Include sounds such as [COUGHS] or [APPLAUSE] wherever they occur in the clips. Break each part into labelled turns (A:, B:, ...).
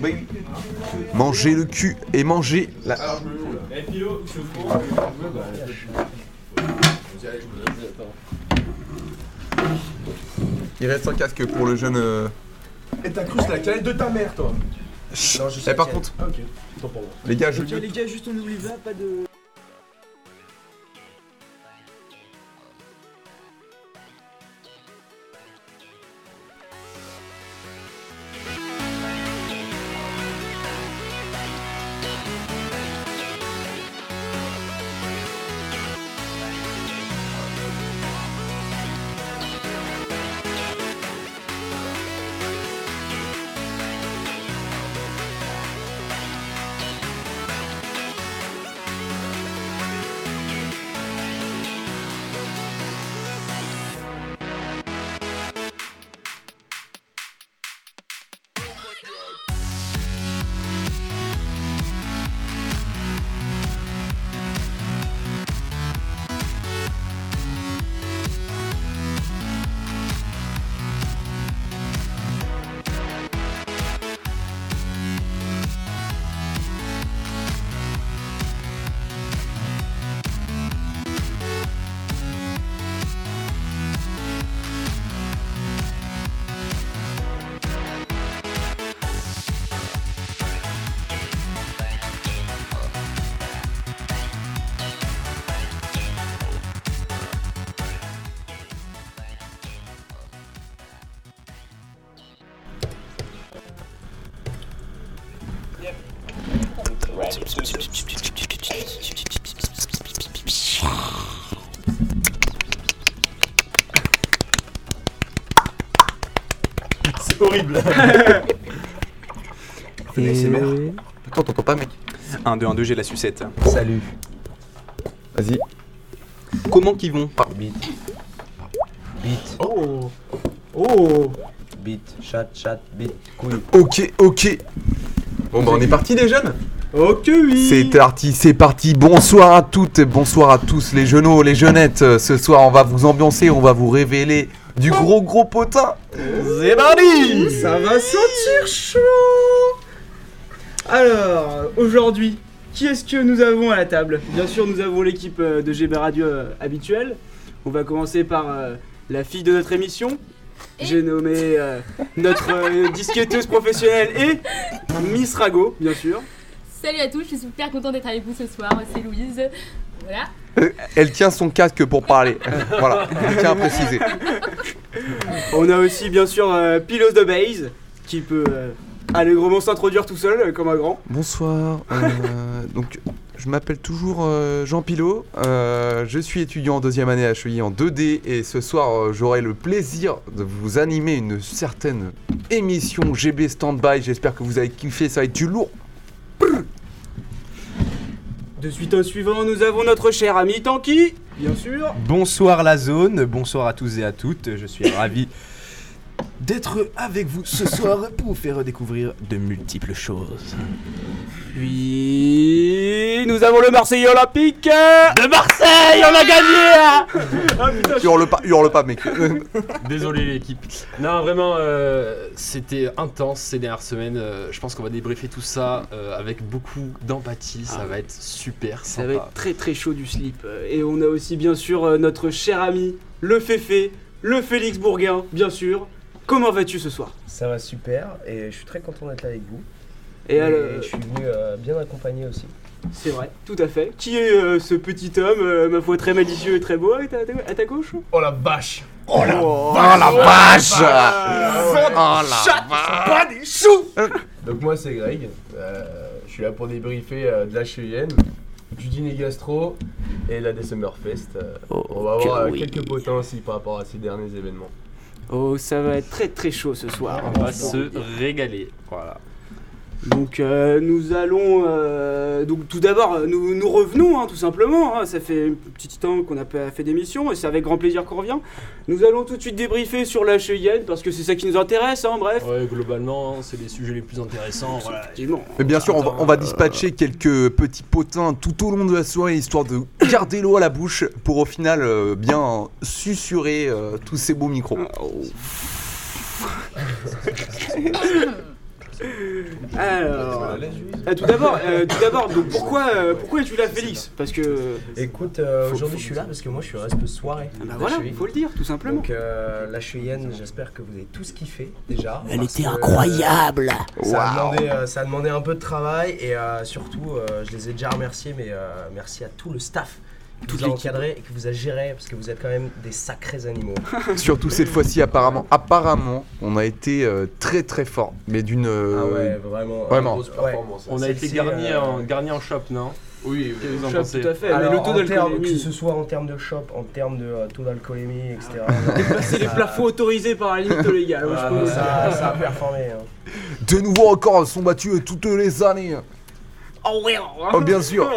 A: baby. Manger le cul et manger la. Il reste un casque pour le jeune. euh,
B: Et t'as cru que c'était la canette de ta mère, toi
A: Chut.
B: Non, je sais
A: Eh, par
B: lequel.
A: contre,
B: Ah, ok. Tant pour moi.
A: les gars, je.
C: les gars, juste on oublie pas, pas de.
B: C'est horrible.
A: Attends, t'entends pas, mec
D: 1, 2, 1, 2, j'ai la sucette.
E: Salut.
A: Vas-y.
D: Comment qu'ils vont
E: Beat. Beat.
C: Oh Oh
E: Beat. Chat, chat, beat. Couille.
A: Ok, ok. Bon, bah, on est parti, les jeunes
C: Ok, oui
A: C'est parti, c'est parti. Bonsoir à toutes, et bonsoir à tous les genoux, les jeunettes. Euh, Ce soir, on va vous ambiancer, on va vous révéler du gros gros potin.
D: C'est parti
C: Ça va sentir chaud Alors, aujourd'hui, qui est-ce que nous avons à la table Bien sûr, nous avons l'équipe euh, de GB Radio euh, habituelle. On va commencer par euh, la fille de notre émission. J'ai nommé euh, notre euh, disquetteuse professionnelle et Miss Rago, bien sûr.
F: Salut à tous, je suis super contente d'être avec vous ce soir, c'est Louise. Voilà.
A: Elle tient son casque pour parler. [LAUGHS] voilà, je tiens à préciser.
C: On a aussi, bien sûr, euh, Pilos de Base, qui peut euh, allègrement s'introduire tout seul, euh, comme un grand.
A: Bonsoir. euh, donc, je m'appelle toujours euh, Jean Pilot. Euh, je suis étudiant en deuxième année à HEI en 2D et ce soir, euh, j'aurai le plaisir de vous animer une certaine émission GB Standby. J'espère que vous avez kiffé, ça va être du lourd.
C: De suite au suivant, nous avons notre cher ami Tanki, bien sûr.
D: Bonsoir la zone, bonsoir à tous et à toutes, je suis ravi d'être avec vous ce soir pour vous faire découvrir de multiples choses.
C: Puis nous avons le Marseillais Olympique de Marseille, on a gagné Ah putain, je-
A: Hurle pas, hurle pas, mec.
G: Désolé l'équipe. Non, vraiment, euh, c'était intense ces dernières semaines. Euh, je pense qu'on va débriefer tout ça euh, avec beaucoup d'empathie. Ça
C: Ah.
G: va être super
C: ça
G: sympa.
C: va être très très chaud du slip. Euh, Et on a aussi bien sûr euh, notre cher ami le Féfé, le Félix Bourguin, bien sûr. Comment vas-tu ce soir
E: Ça va super et je suis très content d'être là avec vous.
C: Et alors,
E: je suis venu euh, bien accompagné aussi.
C: c'est vrai, tout à fait. Qui est euh, ce petit homme, euh, ma foi très malicieux et très beau, à ta, à ta- à ta gauche
B: Oh la vache.
C: Oh la
A: Oh la vache
B: Ah.
C: Pas des choux
B: Donc moi c'est Greg. Euh, je suis là pour débriefer euh, de la Cheyenne, du dîner gastro et la December Fest. Euh, on va avoir euh, quelques potins aussi par rapport à ces derniers événements.
C: Oh, ça va être très très chaud ce soir.
G: On va se régaler. Voilà.
C: Donc euh, nous allons, euh, donc tout d'abord euh, nous, nous revenons hein, tout simplement. hein. ça fait un petit temps qu'on n'a pas fait d'émission et c'est avec grand plaisir qu'on revient. Nous allons tout de suite débriefer sur la Cheyenne parce que c'est ça qui nous intéresse, hein, bref.
G: Ouais, globalement, c'est les sujets les plus intéressants. Voilà.
C: Effectivement.
A: Mais bien sûr, on va, on va dispatcher quelques petits potins tout au long de la soirée, histoire de [COUGHS] garder l'eau à la bouche pour au final euh, bien susurrer euh, tous ces beaux micros.
C: Alors. Ah, tout d'abord, euh, tout d'abord, donc pourquoi, euh, pourquoi es-tu là, Félix Parce que.
E: Écoute, euh, aujourd'hui je suis là parce que moi je suis resp soirée.
C: Ah bah voilà,
E: La
C: il
E: Cheville.
C: faut le dire, tout simplement.
E: Donc euh, la Cheyenne, j'espère que vous avez tous kiffé déjà.
H: Elle
E: parce
H: était
E: que, euh,
H: incroyable
E: Ça a, demandé, euh, ça a demandé un peu de travail et euh, surtout, euh, je les ai déjà remerciés, mais euh, merci à tout le staff qui
C: Toute
E: vous a
C: l'équipe.
E: encadré et qui vous a géré parce que vous êtes quand même des sacrés animaux.
C: Ah
A: Surtout cette fois-ci, apparemment, apparemment, on a été euh, très très fort, mais d'une.
E: ah ouais,
A: euh,
E: vraiment.
A: vraiment.
B: Grosse performance.
G: On a
E: Celle-ci,
G: été garni
E: euh,
G: en, garni en shop, non
B: Oui,
G: Qu'est-ce que vous en
C: Tout
G: pensez
C: à fait, mais le
E: Alors,
C: taux
E: en termes- que
C: d'alcoolémie.
E: ce soit en termes de shop, en termes de euh, taux d'alcoolémie, etc.
C: [LAUGHS] Dépasser les
E: ça-
C: plafonds autorisés par la limite légale. moi, je
E: Ah,
C: peux vous le dire.
E: ça, ça a performé. hein.
A: De nouveaux records sont battus toutes les années.
C: Oh, ouais,
A: Oh, bien sûr.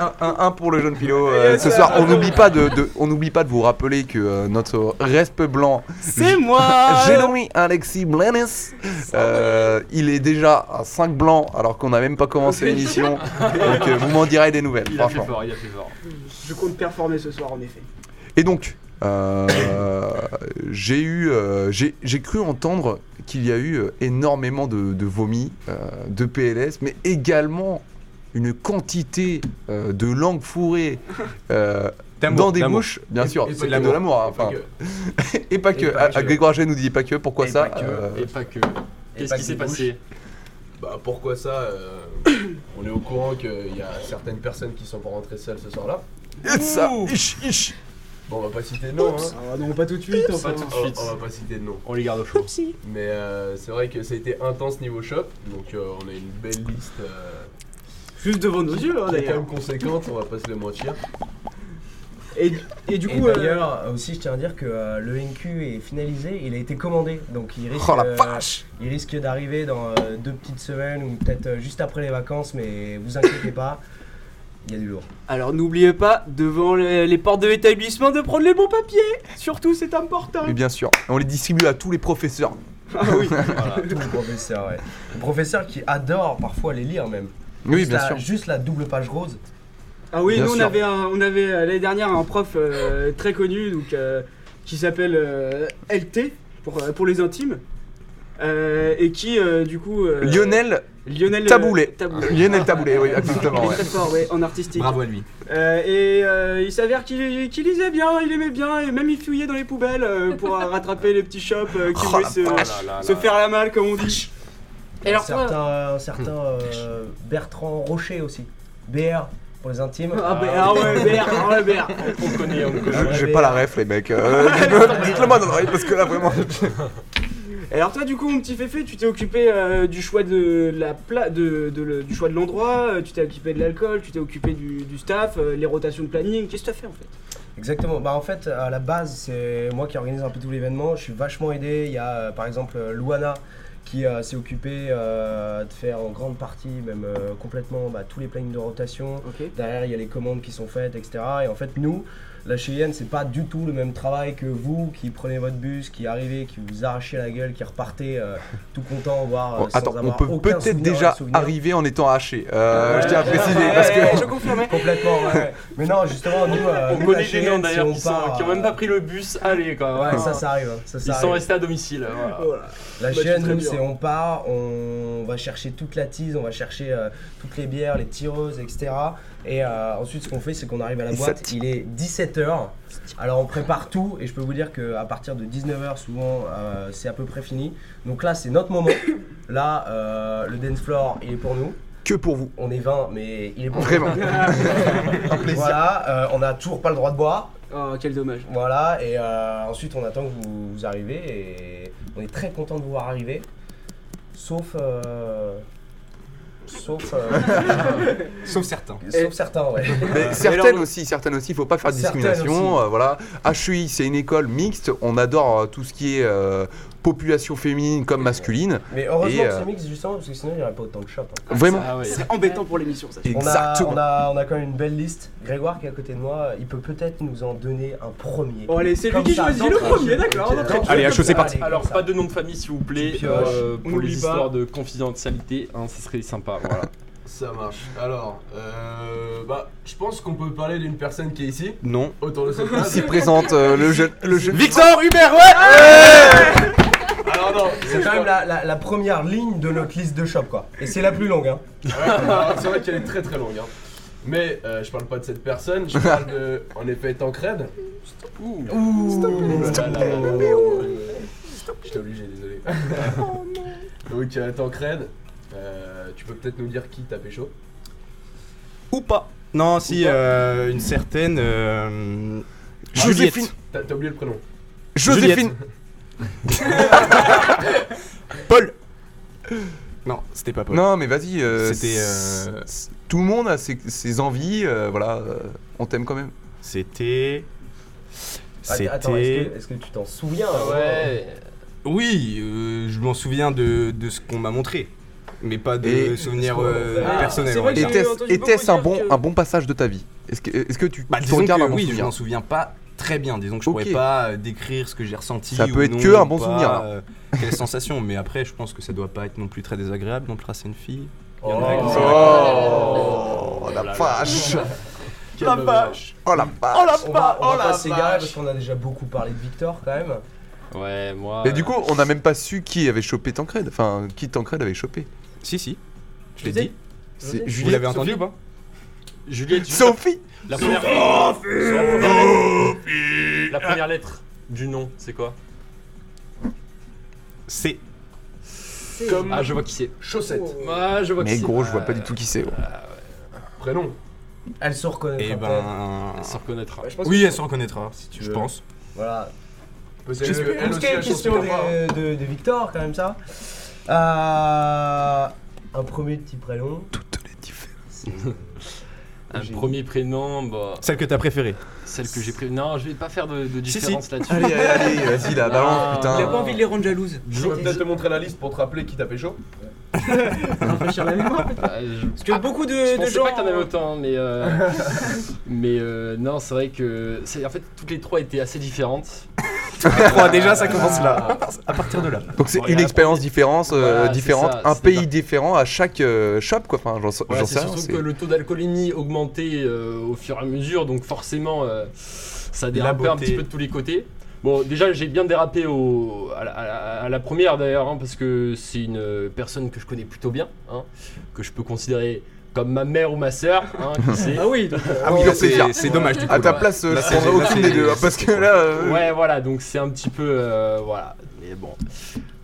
A: un, un- un pour le jeune pilot. euh, ce soir, on n'oublie pas de, de- on n'oublie pas de vous rappeler que euh, notre resp blanc,
C: C'est
G: Ah
C: moi
A: Jérémy Alexis Blenis, euh, il est déjà à 5 blancs alors qu'on n'a même pas commencé
G: [LAUGHS]
A: l'émission. Donc euh, vous m'en direz des nouvelles,
G: Il a fait
A: franchement.
G: fort, il a fait fort.
C: Je compte performer ce soir, en effet.
A: Et donc, euh, j'ai eu, euh, j'ai j'ai cru entendre qu'il y a eu euh, énormément de, de vomi, euh, de PLS, mais également une quantité euh, de langue fourrée euh,
D: D'amour,
A: dans des
D: d'amour.
A: bouches, bien sûr,
B: et pas
A: c'est
B: que.
A: de l'amour. hein, enfin. Et pas que.
E: pas
A: Ah,
E: que.
A: Grégoire G nous dit pas que. Pourquoi
E: Et
A: ça
E: pas que.
A: Euh,
G: Et pas que.
E: Et
G: Qu'est-ce
E: pas
G: qui
E: que
G: s'est
E: des
G: passé
B: Bah pourquoi ça euh, On est au courant qu'il y a certaines personnes qui sont pas rentrées seules ce soir-là.
A: et ça, ich, ich.
B: Bon, on va pas citer de nom, hein.
C: Ah, non, pas tout de suite.
G: Pas
C: enfin.
G: tout de
B: On,
G: suite.
B: on va pas citer de nom.
G: On les garde au chaud.
B: Mais euh, c'est vrai que ça a été intense niveau shop, donc euh, on a une belle liste euh,
C: Juste devant nos yeux, hein,
B: qui est quand
C: d'ailleurs.
B: même conséquente, on va pas se le mentir.
C: Et, et du
E: Et
C: coup, euh,
E: d'ailleurs, aussi, je tiens à dire que euh, le NQ est finalisé, il a été commandé, donc il risque,
A: Oh la
E: euh,
A: vache
E: il risque d'arriver dans euh, deux petites semaines ou peut-être euh, juste après les vacances, mais vous inquiétez pas, il y a du lourd.
C: alors n'oubliez pas, devant les, les portes de l'établissement, de prendre les bons papiers. Surtout, c'est important.
A: Et bien sûr, on les distribue à tous les professeurs.
C: Ah oui.
E: Voilà, tout le professeur, ouais. Le professeur qui adore parfois les lire même.
A: Oui,
E: Juste
A: bien
E: la-
A: sûr.
E: Juste la double page rose.
C: Ah oui,
A: Bien
C: nous on
A: sûr.
C: avait, un- on avait euh, l'année dernière un prof euh, très connu donc, euh, qui s'appelle euh, LT pour, euh, pour les intimes euh, et qui euh, du coup. euh,
A: Lionel,
C: Lionel euh,
A: Taboulet.
C: Taboulet.
A: Lionel Taboulet, Eh oui, exactement.
C: Il est
A: ouais.
C: très fort, ouais, en artistique.
D: Bravo à lui.
C: Euh, et euh, il s'avère qu'il qu'il lisait bien, il aimait bien, et même il fouillait dans les poubelles euh, pour [LAUGHS] euh, rattraper les petits shops euh, qui
A: Oh
C: voulaient
A: la
C: se,
G: vache. Oh là là
C: se
G: là.
C: faire la malle, comme on dit. Et alors, toi Hmm.
E: Certains, un certain euh, Bertrand Rocher aussi. BR pour les intimes.
C: ah, bah, ah ouais, BR, ah ouais, BR.
G: On connaît, on connaît.
A: Je- J'ai pas la ref, les mecs. Euh, [LAUGHS] dites-le- Dites-le moi dans l'oreille, parce que là, vraiment.
C: Et alors toi du coup mon petit Féfé, tu t'es occupé euh, du choix de la pla de, de le- du choix de l'endroit, euh, tu t'es occupé de l'alcool, tu t'es occupé du, du staff, euh, les rotations de planning, qu'est-ce que t'as fait en fait
E: [LAUGHS] Exactement. Bah en fait, à la base, c'est moi qui organise un peu tout l'événement. Je suis vachement aidé. Il y a euh, par exemple euh, Luana qui euh, s'est occupée euh, de faire en grande partie, même euh, complètement, bah, tous les plannings de rotation.
C: Ok.
E: Derrière, il y a les commandes qui sont faites, etc. Et en fait, nous, la Cheyenne, c'est pas du tout le même travail que vous qui prenez votre bus, qui arrivez, qui vous arrachez la gueule, qui repartez euh, tout content, voire. euh,
A: Bon,
E: sans
A: attends, on
E: avoir
A: peut
E: aucun
A: peut-être
E: souvenir-
A: déjà
E: souvenir.
A: arriver en étant haché. Euh, je tiens à préciser,
C: Ouais,
A: parce que.
C: Ah, ouais, je confirmais.
E: Complètement, ouais,
G: [LAUGHS]
E: ouais. Mais non, justement, nous, euh,
G: On
E: nous, la
G: connaît des gens
E: Cheyenne, si
G: d'ailleurs
E: on
G: qui, sont-
E: part,
G: qui ont même
E: euh,
G: pas pris le bus. Allez, quoi.
E: Ouais, ça, ça arrive. hein, Ça, ça
G: Ils sont
E: arrive.
G: restés à domicile. voilà.
C: Voilà.
E: La
C: Bah, c'est
E: chaîne,
C: très
E: nous,
C: dur.
E: c'est on part, on va chercher toute la tease, on va chercher euh, toutes les bières, les tireuses, etc. Et euh, ensuite, ce qu'on fait, c'est qu'on arrive à la
A: Et
E: boîte,
A: sept.
E: il est 17h. Alors, on prépare tout, et je peux vous dire qu'à partir de 19h, souvent, euh, c'est à peu près fini. Donc là, c'est notre moment. Là, euh, le dance floor, il est pour nous.
A: Que pour vous.
E: On est 20, mais il est pour
A: Vraiment.
E: nous. Voilà, euh, on n'a toujours pas le droit de boire.
C: Oh quel dommage.
E: Voilà, et euh, ensuite on attend que vous, vous arrivez et on est très content de vous voir arriver. Sauf. euh, sauf. euh,
D: [LAUGHS] Sauf certains.
E: sauf certains,
A: [LAUGHS]
E: ouais.
A: Mais certaines aussi, certaines aussi, il faut pas faire de
E: Certaines
A: discrimination.
E: aussi.
A: euh, voilà. HUI, c'est une école mixte. On adore euh, tout ce qui est euh, population féminine comme masculine.
E: Mais heureusement
A: Et,
E: que
A: euh,
E: c'est mix justement parce que sinon il n'y aurait pas autant de shops. hein.
A: Vraiment.
G: Ah ouais.
C: C'est embêtant pour l'émission ça.
E: On a,
A: Exactement.
E: on, a, on a quand même une belle liste. Grégoire qui est à côté de moi, il peut peut-être nous en donner un premier.
C: Bon allez, c'est lui
E: Comme
C: qui
E: ça,
C: choisit le
E: d'entrée.
C: premier, d'accord.
E: D'entrée.
C: d'entrée.
D: Allez,
E: Comme
D: HEC,
E: ça,
D: parti.
E: allez,
G: Alors,
E: comme ça.
G: pas de nom de famille, s'il vous plaît,
E: Tu pioches.
G: euh, pour
B: N'oublie
G: les
B: pas.
G: histoires de confidentialité, hein, ce serait sympa. Voilà.
B: Ça marche. Alors, euh, bah, je pense qu'on peut parler d'une personne qui est ici,
A: Non. [LAUGHS]
B: autour de cette
A: Ici
B: table.
A: présente euh, le jeune. Le jeune...
D: Victor Hubert, ouais
B: Alors pardon.
E: C'est quand même la, la- la première ligne de notre liste de shop, quoi. Et c'est la plus longue, hein.
B: Ah Ouais, c'est vrai qu'elle est très très longue. hein. Mais euh, je parle pas de cette personne, je parle
E: [LAUGHS]
B: de, en effet, Tancred. Ouh. Là, là, là, là, là, là. J'étais obligé, désolé.
E: Oh
B: [LAUGHS] Donc, euh, Tancred, euh, tu peux peut-être nous dire qui t'a pécho
D: [LAUGHS] Ou pas. Non, si,
B: Ou pas.
D: euh, une certaine. euh,
E: Ah,
A: Joséphine.
B: T'as t'as oublié le prénom.
A: Joséphine.
D: Paul Non, c'était pas Paul.
A: Non, mais vas-y. euh,
D: C'était,
A: c-
D: euh,
A: c- Tout le monde a ses, ses envies. euh, voilà, euh, on t'aime quand même.
D: C'était.
E: Att-
D: C'était.
E: Attends, est-ce que, est-ce que tu t'en souviens
D: Oui, euh, je m'en souviens de, de ce qu'on m'a montré, mais pas de
A: Et-
D: souvenirs euh,
C: Ah,
D: personnels.
C: c'est
D: on
C: vrai
D: va
C: que
D: dire.
C: j'ai
A: Était-ce
C: entendu
A: était-ce
C: beaucoup
A: un
C: dire
A: bon,
C: que-
A: un bon passage de ta vie Est-ce que, est-ce que tu
D: Bah,
A: tu
D: disons
A: regardes
D: que
A: un bon
D: oui, je
A: souvenir
D: m'en souviens pas très bien. Disons que je
A: Ok.
D: pourrais pas euh, décrire ce que j'ai ressenti.
A: Ça
D: ou
A: peut être
D: non,
A: que un
D: ou
A: bon
D: pas,
A: souvenir, là.
D: euh, quelle [LAUGHS] sensation Mais après, je pense que ça doit pas être non plus très désagréable non plus à une fille. Il y en a qui sont-
A: Oh, la vache
B: La vache
A: Oh la vache
E: On va, on va
B: Oh la
E: pas s'égarer
B: vache.
E: parce qu'on a déjà beaucoup parlé de Victor quand même.
G: Ouais, moi.
A: Mais du coup, on n'a même pas su qui avait chopé Tancred. Enfin, qui Tancred avait chopé.
G: euh,
D: Si, si. Je l'ai
E: Vous
D: dit.
E: êtes-
A: C'est
D: Vous
A: Juliette.
D: l'avez entendu ou pas
G: Juliette, tu-
A: Sophie
G: la première lettre. La première lettre- La première lettre du nom, c'est quoi
D: C'est.
B: Comme
G: Ah, je vois qui c'est.
B: chaussette.
E: Oh.
G: Ah, je vois qui
A: Mais
G: c'est.
A: gros, je vois pas du tout qui c'est. ouais.
B: Prénom.
E: Elle se reconnaît.
D: Eh ben.
G: Ça reconnaîtra.
B: Ouais, je pense
D: Oui,
B: que-
D: elle se reconnaîtra,
B: Si tu
D: je
B: veux.
D: pense.
E: Voilà.
B: Parce
E: Est-ce que-
B: que elle
E: est-ce
B: aussi
E: qu'il y a
B: a
E: une question
B: chaussette.
E: de, de- de Victor quand même ça Euh, Un premier petit prénom.
A: Toutes les différences.
G: Un
E: J'ai-
G: premier prénom, bah,
D: Celle que t'as [LAUGHS] préférée.
G: celle que j'ai pris. Non, je vais pas faire de, de
D: Si, si.
G: différence là-dessus.
A: Allez, allez, allez, vas-y, la
G: Non.
A: balance,
C: Il a
A: putain.
C: pas envie de les rendre jalouses.
B: Je vais peut-être te montrer la liste pour te rappeler qui t'a pécho.
C: Rafraîchir la mémoire.
G: Ah, je-
C: Parce que beaucoup
G: Je
D: Euh,
C: de, de
G: pensais
C: gens.
G: pas que t'en avais autant,
D: [LAUGHS]
G: mais euh, mais euh, non, c'est vrai que c'est- en fait toutes les trois étaient assez différentes.
D: Trois, Oh, déjà, ça commence là. À partir de là.
A: Donc c'est
G: Bon, il y
A: une
G: a la
A: expérience différence, euh,
G: Voilà, c'est
A: différente,
G: ça,
A: un
G: c'est
A: pays
G: pas-
A: différent à chaque euh, shop quoi. Enfin, j'en sais
G: Voilà,
A: j'en
G: c'est
A: sais rien.
G: surtout
A: c'est-
G: que le taux d'alcoolémie augmentait euh, au fur et à mesure, donc forcément euh, ça dérapait un
D: beauté.
G: petit peu de tous les côtés. Bon, déjà j'ai bien dérapé au, à, la, à la- à la première d'ailleurs, hein, parce que c'est une euh, personne que je connais plutôt bien, hein, que je peux considérer comme ma mère ou ma sœur, hein,
D: [LAUGHS]
G: qui sait.
C: Ah oui, donc,
A: Ah oui, donc c'est
D: c'est c'est dommage du coup.
A: À ta
D: là.
A: place, euh,
D: Là,
A: je
D: c'est-
A: prendrais
D: là,
A: aucune
D: c'est-
A: des deux hein,
D: c'est-
A: parce que là. euh,
G: Ouais, voilà, donc c'est un petit peu. euh, voilà, mais bon.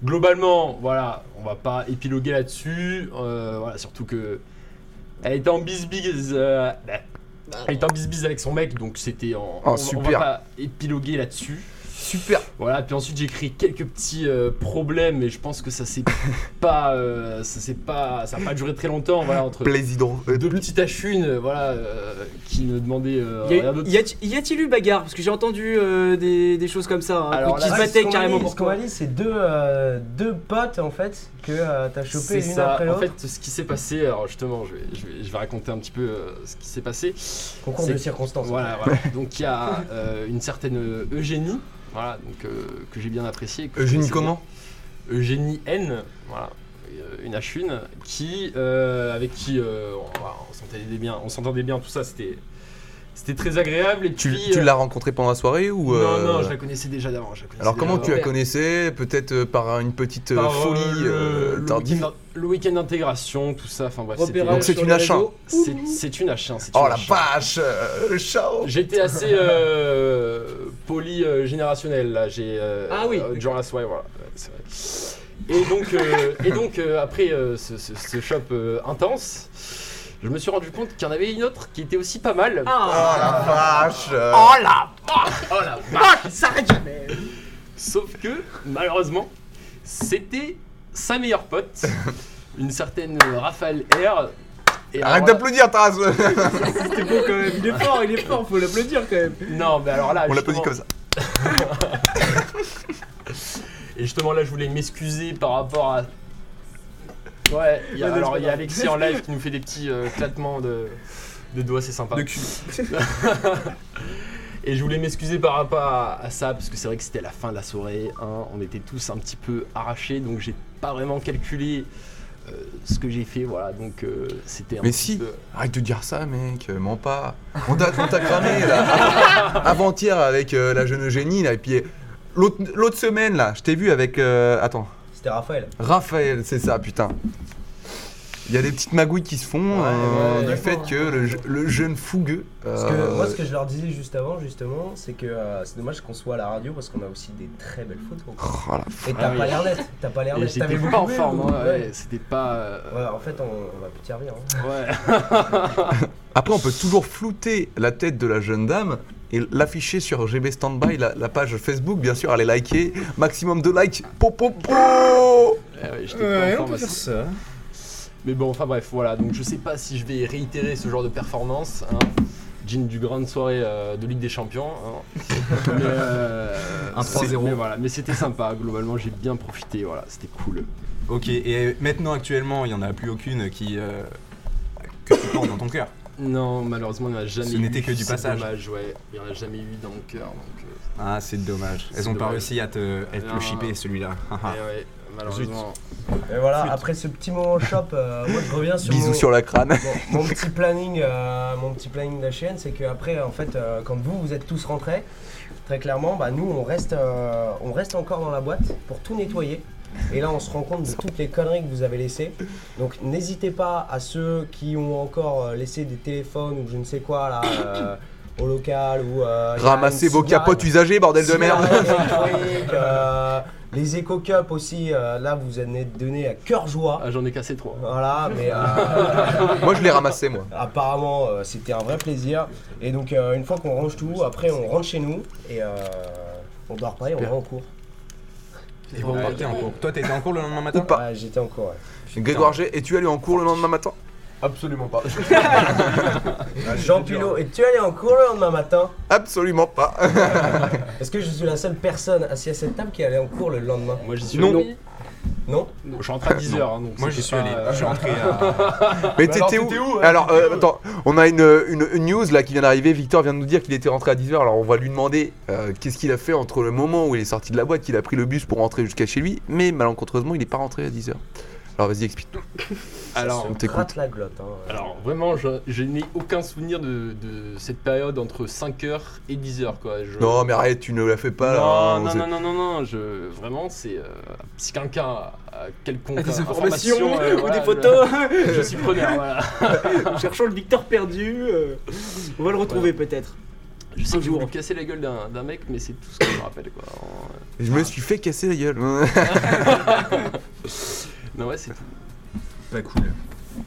G: Globalement, voilà, on va pas épiloguer là-dessus. euh, voilà, surtout que. Elle était en bisbise. euh, elle était en bisbise avec son mec, donc c'était en. on- On va
A: Ah, super.
G: pas épiloguer là-dessus.
A: Super.
G: Voilà, puis ensuite j'ai écrit quelques petits euh, problèmes, mais je pense que ça s'est [LAUGHS] pas. euh, ça s'est pas. Ça a pas duré très longtemps, voilà, entre.
A: Plaisidro. euh,
G: Deux petites achunes, euh, voilà, euh, qui ne demandaient euh,
C: y
G: rien
C: a-
G: d'autre.
C: y a- y a-t-il eu bagarre Parce que j'ai entendu euh, des, des choses comme ça. hein,
G: Alors
C: qui
G: là,
C: se
G: c'est
C: battaient
E: Ce qu'on
C: carrément
E: m'a dit-
C: pour
E: Ce qu'on
C: toi.
E: m'a dit, Euh, c'est deux, euh, deux potes en fait que euh, t'as chopé
G: C'est
E: l'une
G: ça.
E: après
G: En
E: l'autre.
G: fait, ce qui s'est passé, alors justement, je vais, je vais- je vais raconter un petit peu euh, ce qui s'est passé.
E: Concours
G: c'est-
E: de circonstances.
G: Voilà, voilà. Donc il y a euh, une certaine euh, Eugénie, voilà, donc euh, que j'ai bien appréciée. que je
A: Eugénie
G: connaissais
A: Euh, comment
G: bien. Eugénie N, voilà, euh, une H1, qui, euh, avec qui euh, on, voilà, on s'entendait bien, on s'entendait bien, tout ça, c'était, c'était très agréable. Et
A: Tu,
G: puis,
A: tu
G: euh,
A: l'as rencontrée pendant la soirée ou euh,
G: Non, non, je la connaissais déjà d'avant. je la connaissais
A: Alors
G: déjà
A: comment tu la
G: d'avant.
A: connaissais Peut-être euh, par une petite euh,
G: Par, euh,
A: folie euh,
G: le, le
A: tardive.
G: week-end, le week-end d'intégration, tout ça, enfin bref, c'était-
C: Repérage
A: c'est
C: sur
A: une
C: les
A: achat.
C: réseaux.
G: c'est, c'est une H1. c'est
A: Oh
G: une
A: la
G: H1.
A: vache euh, Le chao
G: J'étais assez euh, polygénérationnel là, j'ai euh,
C: Ah oui,
G: euh, durant la soirée, voilà. Ouais, c'est vrai. Et donc, euh, et donc euh, après euh, ce, ce- ce shop euh, intense, je me suis rendu compte qu'il y en avait une autre qui était aussi pas mal.
C: Ah,
A: Oh la vache euh,
G: ah, Oh la vache, Sauf que malheureusement, c'était sa meilleure pote, une certaine euh, Raphaël R. Et alors
A: Arrête
G: là-
A: d'applaudir Taras
G: Ah,
C: c'était beau quand même. Il est fort, il est fort, faut l'applaudir quand même.
G: Non, mais alors là,
A: On l'applaudit
G: justement-
A: comme ça.
G: Et justement là je voulais m'excuser par rapport à... Ouais, il y a-
C: Ouais,
G: alors
C: c'est
G: il y
C: pas
G: a Alexis en live qui nous fait des petits euh, clatements de, de doigts, c'est sympa.
D: De cul.
G: [LAUGHS] Et je voulais m'excuser par rapport à, à ça, parce que c'est vrai que c'était la fin de la soirée, hein, on était tous un petit peu arrachés, donc j'ai pas vraiment calculé euh, ce que j'ai fait, voilà, donc euh, c'était un
A: Mais
G: petit
A: si.
G: peu-
A: Arrête de dire ça, mec, euh, mens pas. On t'a, on t'a cramé là. Avant-hier avec euh, la jeune Eugénie là, et puis L'autre l'autre semaine, là, je t'ai vu avec. euh, attends,
E: C'était Raphaël.
A: Raphaël, c'est ça, putain. Il y a des petites magouilles qui se font euh,
E: ouais,
A: du
E: d'accord,
A: fait que le, je- le jeune fougueux.
E: Parce que
A: euh,
E: moi, ce que je leur disais juste avant, justement, c'est que euh, c'est dommage qu'on soit à la radio parce qu'on a aussi des très belles photos.
A: oh, la
E: Et t'as
G: Ah oui.
E: pas l'air d'être. T'as pas l'air
G: Et
E: d'être.
G: J'étais
E: beaucoup
G: pas en
E: aimé,
G: forme,
E: ou-
G: hein,
E: ouais.
G: ouais, c'était pas. euh,
E: Ouais, en fait, on, on va plus servir. Hein.
G: Ouais.
A: Après, on peut toujours flouter la tête de la jeune dame et l'afficher sur GB Standby, la, la page Facebook, bien sûr, allez liker. Maximum de likes. Po, po, po
G: Ouais, ouais, j'étais pas en forme à ce-
D: ça.
G: Mais bon, enfin bref, voilà. Donc je sais pas si je vais réitérer ce genre de performance. Hein. Jean du grande soirée euh, de Ligue des Champions.
D: [LAUGHS]
G: hein. mais, euh,
D: Un
G: c'est-
D: 3-0.
G: Mais voilà, mais c'était sympa. Globalement, j'ai bien profité. Voilà, c'était cool.
D: Ok, et maintenant, actuellement, il n'y en a plus aucune qui. euh, que tu portes dans ton cœur.
G: Non, malheureusement, il n'y en a jamais
D: Ce
G: eu.
D: n'était que du
G: C'est
D: passage.
G: dommage, ouais. Il n'y en a jamais eu dans mon cœur. Donc, euh,
D: Ah, c'est dommage.
G: C'est
D: Elles ont pas
G: dommage.
D: réussi à te, à te
G: Non.
D: le shipper, celui-là. Ah, Haha.
G: eh ouais, malheureusement.
E: Et voilà, après ce petit moment shop, euh, moi je reviens sur mon,
A: Bisous sur la crâne.
E: mon- mon petit planning, euh, mon petit planning de la chaîne, c'est que après, en fait, euh, quand vous vous êtes tous rentrés, très clairement, bah nous on reste, euh, on reste encore dans la boîte pour tout nettoyer. Et là, on se rend compte de toutes les conneries que vous avez laissées. Donc, n'hésitez pas à ceux qui ont encore euh, laissé des téléphones ou je ne sais quoi là euh, au local ou euh,
A: Ramassez
E: une
A: vos
E: cigarette.
A: capotes usagées, bordel de merde. [LAUGHS]
E: Cigarettes électroniques, euh, les éco cups aussi, euh, là vous en êtes donné à cœur joie.
G: Ah, j'en ai cassé trois.
E: Voilà, mais euh,
A: Moi, je les ramassais, moi.
E: apparemment euh, c'était un vrai plaisir. Et donc euh, une fois qu'on range tout, après on rentre chez nous et euh, on dort pas et on va en cours.
D: Et vous repartez en cours. Toi, t'étais en cours le lendemain matin
A: Ou pas.
E: Ouais, J'étais en cours. ouais.
A: Grégoire G, et tu allais en cours le lendemain matin
B: Absolument pas.
G: Ah,
E: Jean
G: hein.
E: Pilot, et tu allais en cours le lendemain matin
A: [LAUGHS] Absolument pas.
E: Est-ce que je suis la seule personne assise à cette table qui allait en cours le lendemain
G: Moi, j'y suis
A: Non.
G: allé.
F: Oui.
E: Non
G: Je suis rentré à 10h. Hein, donc
D: Moi, j'y suis
G: c'était pas,
D: allé.
B: Ah,
G: euh,
D: Je suis rentré à.
A: Mais
B: Bah
A: t'étais
B: alors,
A: où,
B: t'étais où, hein
A: Alors,
B: T'étais
A: euh,
B: où
A: attends, on a une, une- une news là qui vient d'arriver. Victor vient de nous dire qu'il était rentré à 10h. Alors, on va lui demander euh, qu'est-ce qu'il a fait entre le moment où il est sorti de la boîte, qu'il a pris le bus pour rentrer jusqu'à chez lui. Mais malencontreusement, il n'est pas rentré à 10h. Alors, vas-y, explique.
G: Alors,
A: On
E: On
A: t'écoute.
E: gratte la glotte. hein.
G: Alors vraiment, je, je n'ai aucun souvenir de, de cette période entre 5h et 10h quoi. Je-
A: Non, mais arrête, tu ne la fais pas. là,
G: non,
A: hein,
G: non,
A: c'est-
G: non, non, non, non, je vraiment c'est euh, si quelqu'un a a quelconque
C: Ah, des
G: information,
C: informations
G: [LAUGHS] euh,
C: ou
G: voilà,
C: des photos.
G: je, je suis preneur. Voilà.
C: Cherchons le Victor perdu. euh, on va le retrouver peut-être.
G: [LAUGHS] Je sais
C: Un
G: que j'ai
C: jour.
G: voulu casser la gueule d'un d'un mec, mais c'est tout ce que je me rappelle quoi. En, euh,
A: Je me suis fait casser la gueule.
G: Non ouais, c'est tout.
D: Pas cool.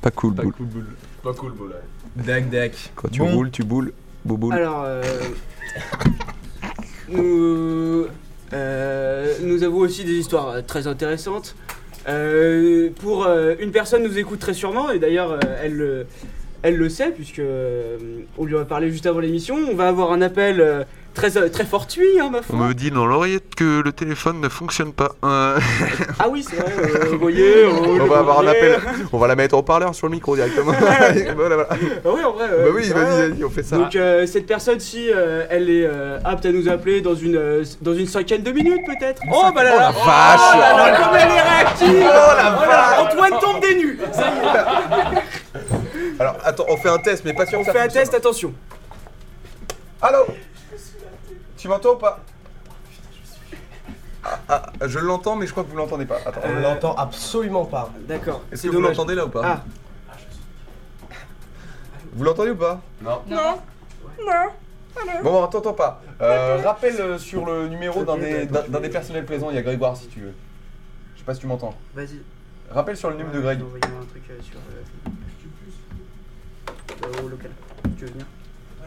A: pas cool,
G: Pas
A: boule.
G: cool, boule.
B: Pas cool, bon, là.
D: Dac, dac.
A: Quand tu
D: Bon.
A: boules, tu boules. Bouboule.
C: Alors, euh, [LAUGHS] nous, euh, nous avons aussi des histoires euh, très intéressantes. Euh, pour euh, une personne nous écoute très sûrement, et d'ailleurs euh, elle, le- elle le sait, puisque euh, on lui en a parlé juste avant l'émission, on va avoir un appel euh, très, euh, très fortuit, hein, ma foi.
A: dit dans l'oreillette que le téléphone ne fonctionne pas.
C: Ah oui, c'est vrai,
A: [LAUGHS]
C: euh, vous voyez,
A: on
C: le
A: va avoir un
C: voyez.
A: appel. On va la mettre en parleur sur le micro
C: [LAUGHS]
A: directement. Voilà, voilà.
C: Ah oui, en vrai.
A: Bah
C: euh,
A: oui,
C: ça va.
A: vas-y, vas-y, on fait ça.
C: Donc euh, cette personne, si euh, elle est euh, apte à nous appeler dans une, euh, dans une cinquaine de minutes peut-être. Oh bah là là
A: la vache.
C: Oh là là, comme elle est réactive Oh là là, Antoine tombe des nues Ça y est,
A: Alors attends, on fait un test, mais pas sûr
C: on
A: que ça
C: fait un
A: fonctionne.
C: test, attention.
A: Allô Tu m'entends ou pas ah, ah, je l'entends, mais je crois que vous l'entendez pas. Attends,
G: euh,
E: On l'entend absolument pas.
C: D'accord,
A: est-ce
C: c'est
A: que vous
C: dommage.
A: l'entendez là ou pas
C: Ah,
A: Vous l'entendez ou pas
B: Non.
A: Bon, on t'entend pas. Euh, rappelle euh, sur le numéro d'un des, d'un- d'un des personnels présents, il y a Grégoire si tu veux. Je sais pas si tu m'entends.
C: vas-y.
A: Rappelle sur le numéro de Greg.
C: un truc euh, sur... au local. Tu veux venir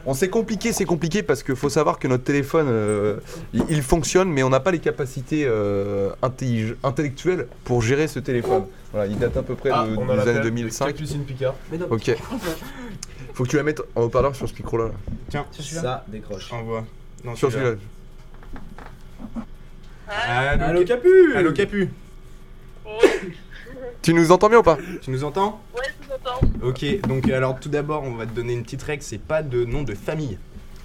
A: On s'est compliqué, c'est compliqué parce que faut savoir que notre téléphone, euh, il, il fonctionne, mais on n'a pas les capacités euh, intellige- intellectuelles pour gérer ce téléphone. Voilà, il date à peu près
B: Ah,
A: de,
B: on en
A: des
B: appelle.
A: années 2005.
B: Capucine Picard.
C: Mais non,
A: Ok. Faut que tu la mettes en haut-parleur sur ce micro-là. là.
D: Tiens,
E: Ça décroche.
D: envoie. Non,
A: Sur celui-là.
C: Allo
D: Allo
C: Capu
D: Allo, Capu.
A: Tu nous entends bien ou pas
D: Tu nous entends
H: Ouais, je vous entends.
D: Ok, donc alors tout d'abord, on va te donner une petite règle c'est pas de nom de famille.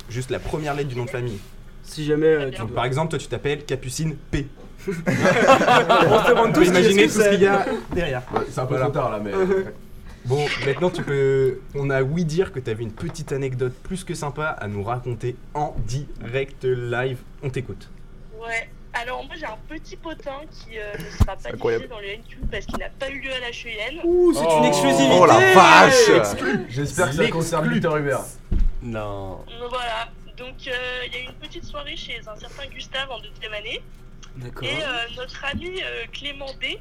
D: Juste la première lettre du nom de famille.
C: Si jamais euh, tu
D: Donc,
C: dois...
D: par exemple, toi, tu t'appelles Capucine P.
C: On se
D: Tu
C: demande
D: peux
C: tous
D: imaginer
C: qui
D: tout ce qu'il y a derrière.
B: Ouais, c'est un peu
D: Voilà.
B: trop tard là,
G: [LAUGHS]
B: mais.
D: Bon, maintenant, tu peux. On a oui dire que t'avais une petite anecdote plus que sympa à nous raconter en direct live. On t'écoute.
H: Ouais. Alors moi j'ai un petit potin qui euh, ne sera pas
A: Incroyable.
H: diffusé dans le NQ parce qu'il n'a pas eu lieu à la HEN.
C: [LAUGHS] Ouh, c'est
G: Oh.
C: une exclusivité
A: Oh la vache
B: J'espère que ça concerne Victor Hubert.
G: Non.
H: Donc, Voilà. Donc euh, il y a eu une petite soirée chez un certain Gustave en deuxième année.
C: D'accord.
H: Et euh, notre ami euh, Clément D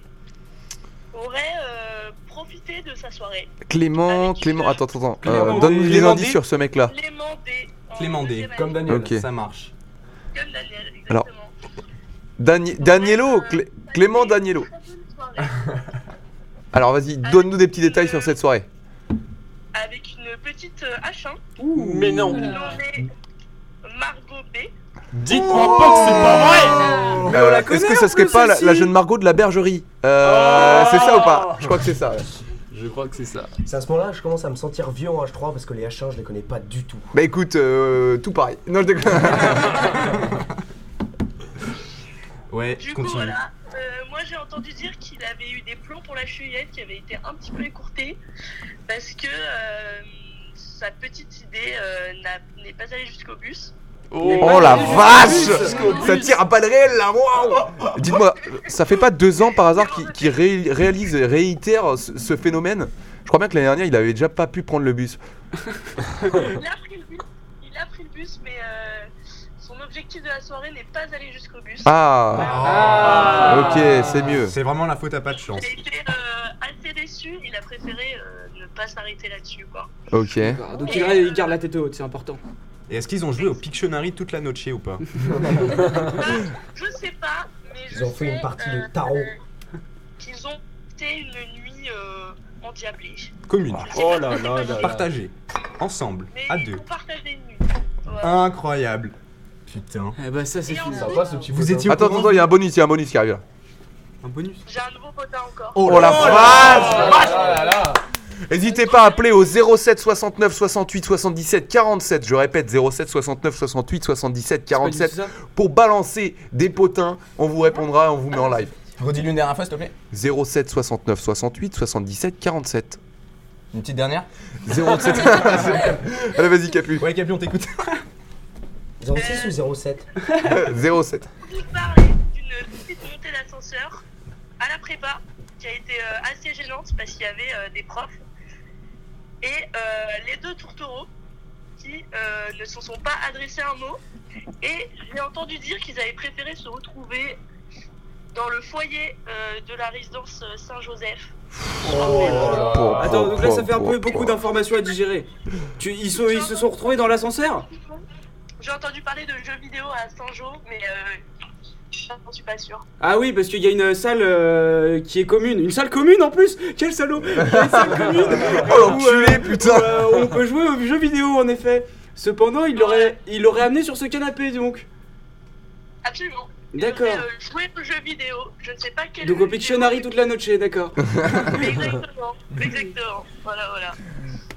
H: aurait euh, profité de sa soirée.
A: Clément,
H: Avec
A: Clément,
H: une-
A: attends, attends, attends.
C: Clément
A: Euh,
C: D.
A: Donne-nous des
D: Clément
A: indices
D: D.
A: sur ce mec-là.
H: Clément D. en
D: Clément D,
H: deuxième
B: Comme
H: année,
B: Daniel.
A: Ok.
D: Ça marche.
H: Comme Daniel, exactement.
A: Alors, Dani- Daniello, Clé- Clément
H: Ça a été une
A: Daniello.
H: très bonne soirée.
A: Alors vas-y, donne-nous des petits détails sur cette soirée.
H: Avec une petite euh, H1
G: Mais non.
H: nommée Margot B.
G: Dites-moi pas que c'est pas vrai
F: Ah,
C: Mais on la
A: Euh, Est-ce
C: connaît
A: que
C: en
A: ça serait
C: plus
A: pas la,
C: aussi.
A: la jeune Margot de la bergerie Euh,
G: Oh
A: C'est ça ou pas Je crois que c'est ça. ouais.
G: Je crois que c'est ça.
E: C'est à ce moment-là que je commence à me sentir vieux en H3 parce que les H1 je les connais pas du tout.
A: Bah écoute, euh, tout pareil. Non, je déconne.
D: Ouais,
H: Du coup,
D: continue.
H: voilà. Euh, moi, j'ai entendu dire qu'il avait eu des plombs pour la chevillette qui avaient été un petit peu écourtés parce que euh, sa petite idée euh, n'a- n'est pas allée jusqu'au bus.
A: Oh la vache
G: Jusqu'au bout.
A: Ça tire à pas de réel là, waouh Dites-moi, ça fait pas deux ans par hasard qu'il qu'il ré- réalise, réitère ce, ce phénomène Je crois bien que l'année dernière, il avait déjà pas pu prendre le bus.
H: Il a pris le bus, il a pris le bus mais euh, son objectif de la soirée n'est pas allé jusqu'au bus.
A: Ah
G: Ah.
A: Ok, c'est mieux.
D: C'est vraiment la faute à pas de chance.
H: Il a été euh, assez déçu, il a préféré euh, ne pas s'arrêter là-dessus. quoi.
A: Ok.
C: D'accord, Donc il garde- il garde la tête haute, c'est important.
D: Et est-ce qu'ils ont joué au Pictionary toute la noche ou pas
H: Bah, Je sais pas, mais je
E: Ils ont fait
H: sais,
E: une partie de
H: euh,
E: tarot.
H: Qu'ils ont fait une nuit euh, endiablée.
D: Commune.
G: Oh là là là là.
D: Partagée. Ensemble.
H: Ah. Mais
E: Ah,
D: À
H: ils
D: deux.
H: ont partagé une nuit.
D: Incroyable. Putain.
C: Eh bah ça c'est
H: Et
C: fou.
H: ensuite,
B: Sympa ce petit
D: Vous
B: potin.
D: étiez-
A: Attends, attends, attends, il y a un bonus, il y a un bonus qui arrive.
C: Un bonus.
H: J'ai un nouveau potin encore.
A: Oh la
B: Ah
A: vache
B: là là.
A: N'hésitez pas à appeler au 07 69 68 77 47. Je répète, 07 69 68 77 47
C: C'est pas du tout
A: pour balancer des potins. On vous répondra, on vous met en live.
I: Redis-lui une dernière fois, s'il te plaît.
A: 07 69 68 77 47.
I: Une petite dernière.
A: 07. [LAUGHS] Allez, vas-y, Capu.
D: Ouais, Capion, t'écoutes.
E: 06 ou 07
G: Euh.
A: 07.
H: Vous parlez d'une petite montée d'ascenseur à la prépa qui a été euh, assez gênante parce qu'il y avait euh, des profs et euh, les deux tourtereaux qui euh, ne se sont pas adressés un mot. Et j'ai entendu dire qu'ils avaient préféré se retrouver dans le foyer euh, de la résidence euh, Saint-Joseph.
A: Pour-
B: Oh. Ah.
C: ça. Attends, donc là ça
A: pour-
C: fait un peu
A: pour-
C: beaucoup d'informations à digérer. Tu, ils, sont, ils se sont retrouvés dans l'ascenseur
H: J'ai entendu parler de jeux vidéo à Saint-Jo, mais euh, je ne suis pas sûre.
C: Ah oui, parce qu'il y a une salle euh, qui est commune. Une salle commune en plus Quel salaud Il y a une salle
D: [LAUGHS]
C: commune
A: Oh l'enculé, putain
C: Euh, On peut jouer aux jeux vidéo en effet. Cependant, il l'aurait il l'aurait amené sur ce canapé donc.
H: Absolument.
C: D'accord.
H: Je vais, euh, jouer aux jeux vidéo. Je ne sais pas quel.
C: Donc
H: jeu
C: au Pictionary
H: vidéo.
C: toute la noche, d'accord.
H: [LAUGHS] Exactement. Exactement. Voilà, voilà.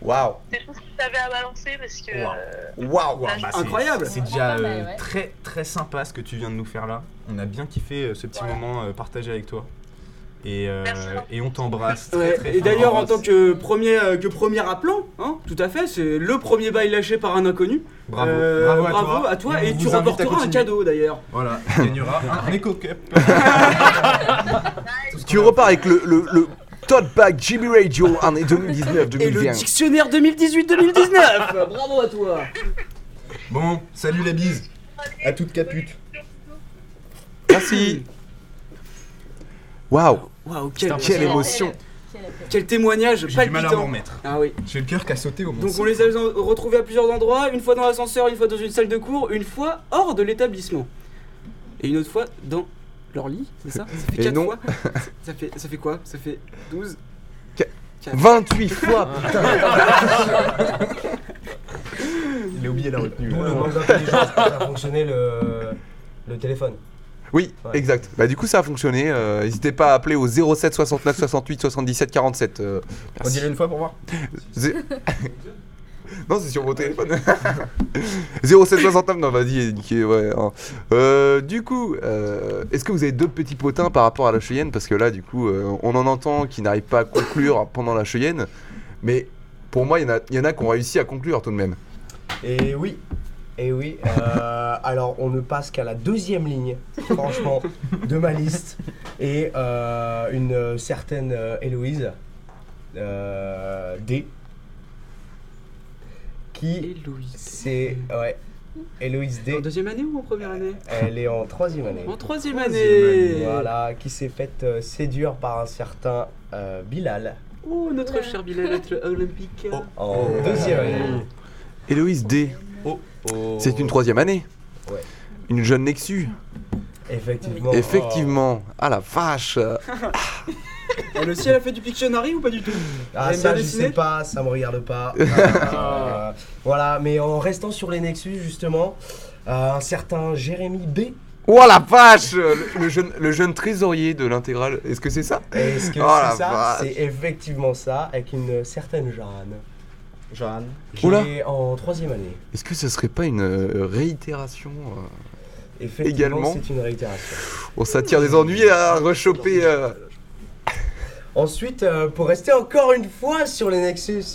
I: Waouh.
H: C'est tout ce que t'avais à balancer parce que.
D: Wow.
H: euh,
I: Waouh.
H: là,
D: Bah,
H: je-
D: c'est-
C: Incroyable.
D: C'est déjà
F: Pas mal,
D: euh,
F: ouais.
D: très très sympa ce que tu viens de nous faire là. On a bien kiffé euh, ce petit
H: Ouais.
D: moment euh, partagé avec toi. Et, euh,
H: Merci.
D: et on t'embrasse.
C: Ouais,
D: [LAUGHS] très, très
C: et
D: fort.
C: d'ailleurs, en tant que premier, euh, que premier appelant, hein, tout à fait, c'est le premier bail lâché par un inconnu.
D: bravo,
C: Euh,
D: bravo à toi.
C: et
D: On
C: tu
D: vous invite à
C: remporteras un
D: continuer.
C: cadeau d'ailleurs.
D: Voilà, tu gagneras
C: [LAUGHS]
D: un Echo Cup.
A: Tu repars avec le, le, le tote bag Jimmy Radio année 2019-2020.
C: Et le dictionnaire
D: [LAUGHS]
C: 2018-2019 Bravo à toi
D: Bon, salut la bise. À toute capute.
A: Merci. Waouh,
C: Waouh, quel,
A: quelle
C: quel,
A: émotion.
F: Quel appel.
C: témoignage
D: J'ai du mal à m'en
C: palpitant
D: remettre.
C: Ah oui.
D: J'ai le cœur qui a sauté au moment
C: Donc on les a retrouvés à plusieurs endroits, une fois dans l'ascenseur, une fois dans une salle de cours, une fois hors de l'établissement. Et une autre fois dans leur lit, c'est ça Ça fait
A: Et
C: 4
A: non.
C: fois
A: [LAUGHS]
C: ça fait, ça fait quoi Ça fait 12
A: 28 fois.
D: Il a oublié la retenue.
E: D'où le manque d'intelligence pour faire fonctionner le, le téléphone.
A: Oui,
E: Ouais.
A: exact. Bah du coup ça a fonctionné. Euh, N'hésitez pas à appeler au 07 69 68 77 47. euh, merci.
I: Redis-le une fois pour voir.
A: Zé- non, c'est sur mon téléphone.
E: [LAUGHS]
A: 0769, non, vas-y, niqué, ouais. hein. Euh, du coup, euh, est-ce que vous avez d'autres petits potins par rapport à la Cheyenne Parce que là, du coup, euh, on en entend qui n'arrivent pas à conclure pendant la Cheyenne. Mais pour moi, il y, en a- il y en a qui ont réussi à conclure tout de même.
D: Et oui.
E: Et oui, euh, alors on ne passe qu'à la deuxième ligne, franchement, de ma liste. Et euh, une euh, certaine euh, Héloïse euh, D. Qui
C: Héloïse.
E: c'est. Ouais. Héloïse D.
C: En deuxième année ou en première année
E: Elle est en troisième année.
C: En troisième année
E: Voilà, qui s'est faite euh, séduire par un certain euh, Bilal
C: Oh, notre cher Bilalette le olympique.
E: en
C: Oh.
E: deuxième année.
A: Héloïse D. C'est une troisième année.
E: Oh. Ouais. Oh.
A: Une jeune Nexu.
E: Effectivement.
A: Effectivement. Ah la vache.
C: Elle aussi, elle a fait du Pictionary ou pas du tout
E: Ah
C: Elle aime
E: ça
C: bien
E: je
C: dessiner
E: sais pas, ça me
C: [LAUGHS]
E: regarde pas. Euh, voilà, mais en restant sur les Nexus justement, euh, un certain Jérémy B.
A: Oh la vache le, le jeune, le jeune trésorier de l'intégrale. Est-ce que c'est ça
E: Est-ce que
A: Oh la
E: c'est ça
A: vache.
E: C'est effectivement ça, avec une certaine Jeanne. Jeanne.
A: Oula.
E: Qui est en troisième année.
A: Est-ce que ce serait pas une euh, réitération euh
E: Effectivement,
A: Également.
E: c'est une réitération.
A: On s'attire Oh, des ennuis à rechoper. euh,
E: Ensuite, euh, pour rester encore une fois sur les Nexus,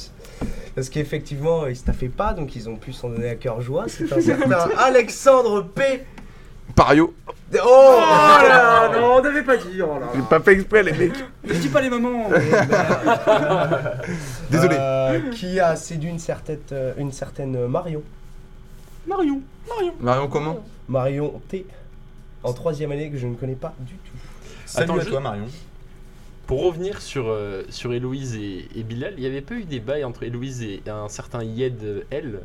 E: parce qu'effectivement, ils se taffaient pas, donc ils ont pu s'en donner à cœur joie. C'est
A: [LAUGHS]
E: un certain Alexandre P.
A: Pario.
E: Oh,
A: Ah,
C: Oh là là, non, on n'avait pas dit. Oh là là.
A: pas fait exprès les mecs.
C: Ne dis pas les [LAUGHS] mamans.
A: Désolé.
E: Euh, qui a séduit une certaine, euh, une certaine Marion.
C: Marion.
A: Marion comment
E: Marion T. En troisième année que je ne connais pas du tout.
G: Salut
I: Attends,
G: à
I: à toi, Marion.
G: Pour revenir sur, euh, sur Héloïse et, et Bilal, il n'y avait pas eu des bails entre Héloïse et un certain Yed euh, L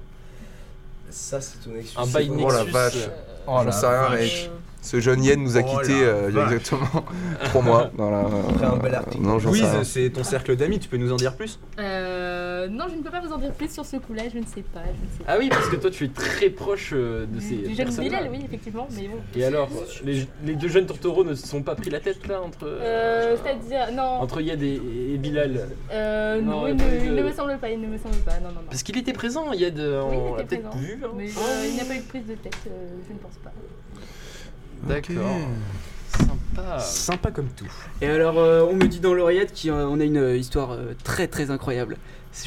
E: Ça, c'est ton excuse.
G: Un bail
A: Oh la
G: Nexus
A: vache.
G: euh,
I: Oh
A: J'en sais rien mec. Ce jeune Yen nous a
I: Oh
A: quittés
I: la
A: euh, il y a
I: vache.
A: exactement 3 mois. Dans la,
E: Après un bel article.
A: non, j'en sais rien.
I: Louise, c'est ton cercle d'amis, tu peux nous en dire plus
F: Euh, non, je ne peux pas vous en dire plus sur ce coup-là, je ne sais pas. Je ne sais pas.
G: Ah oui, parce que toi tu es très proche euh, de ces
F: du jeune
G: personnes
F: Bilal, oui, effectivement, mais bon.
G: Et alors, les, les deux jeunes tourtereaux ne se sont pas pris la tête là entre,
F: Euh, C'est-à-dire, non,
G: entre Yed et, et Bilal
F: euh, non,
G: Non,
F: il,
G: il y a
F: ne,
G: pas eu
F: il ne
G: de-
F: me semble pas, il ne me semble pas, non, non, non.
G: Parce qu'il était présent, Yed, euh,
F: Oui, il
G: on
F: était
G: l'a peut-être
F: présent.
G: vu. hein.
F: Mais euh, il n'y a pas eu de prise de tête, euh, je ne pense pas.
G: D'accord. Sympa.
I: Sympa comme tout.
C: Et alors, euh, on me dit dans l'oreillette qu'on a une euh, histoire euh, très très incroyable.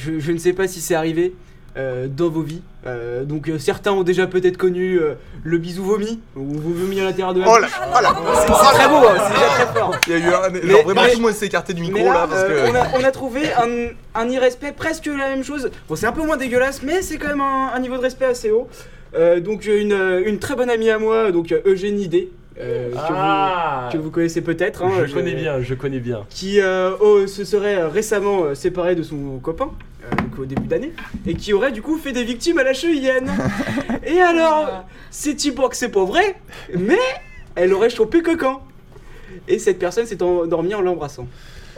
C: Je, je ne sais pas si c'est arrivé euh, dans vos vies. Euh, donc, euh, certains ont déjà peut-être connu euh, le bisou vomi, ou vomi à l'intérieur de la
A: Oh
C: bouche.
A: là, oh là.
C: C'est très beau, hein, c'est déjà très fort.
A: Il y a eu un.
C: Mais-
A: Genre vraiment
C: mais-
A: tout le monde s'est écarté du
C: Mais
A: [LAUGHS] micro
C: là,
A: là parce
C: euh,
A: que.
C: on, a, on a trouvé un, un irrespect presque la même chose. Bon, c'est un peu moins dégueulasse, mais c'est quand même un, un niveau de respect assez haut. Euh, donc, euh, une, euh, une très bonne amie à moi, donc euh, Eugénie D, euh, que,
G: Ah
C: vous, que vous connaissez peut-être. hein,
G: je connais bien, je connais bien.
C: Qui euh, oh, se serait euh, récemment euh, séparé de son copain, euh, donc au début d'année, et qui aurait du coup fait des victimes à la cheuillenne. [LAUGHS] et alors, c'est pas que c'est pas vrai, mais elle aurait chopé Coquin. Et cette personne s'est endormie en l'embrassant.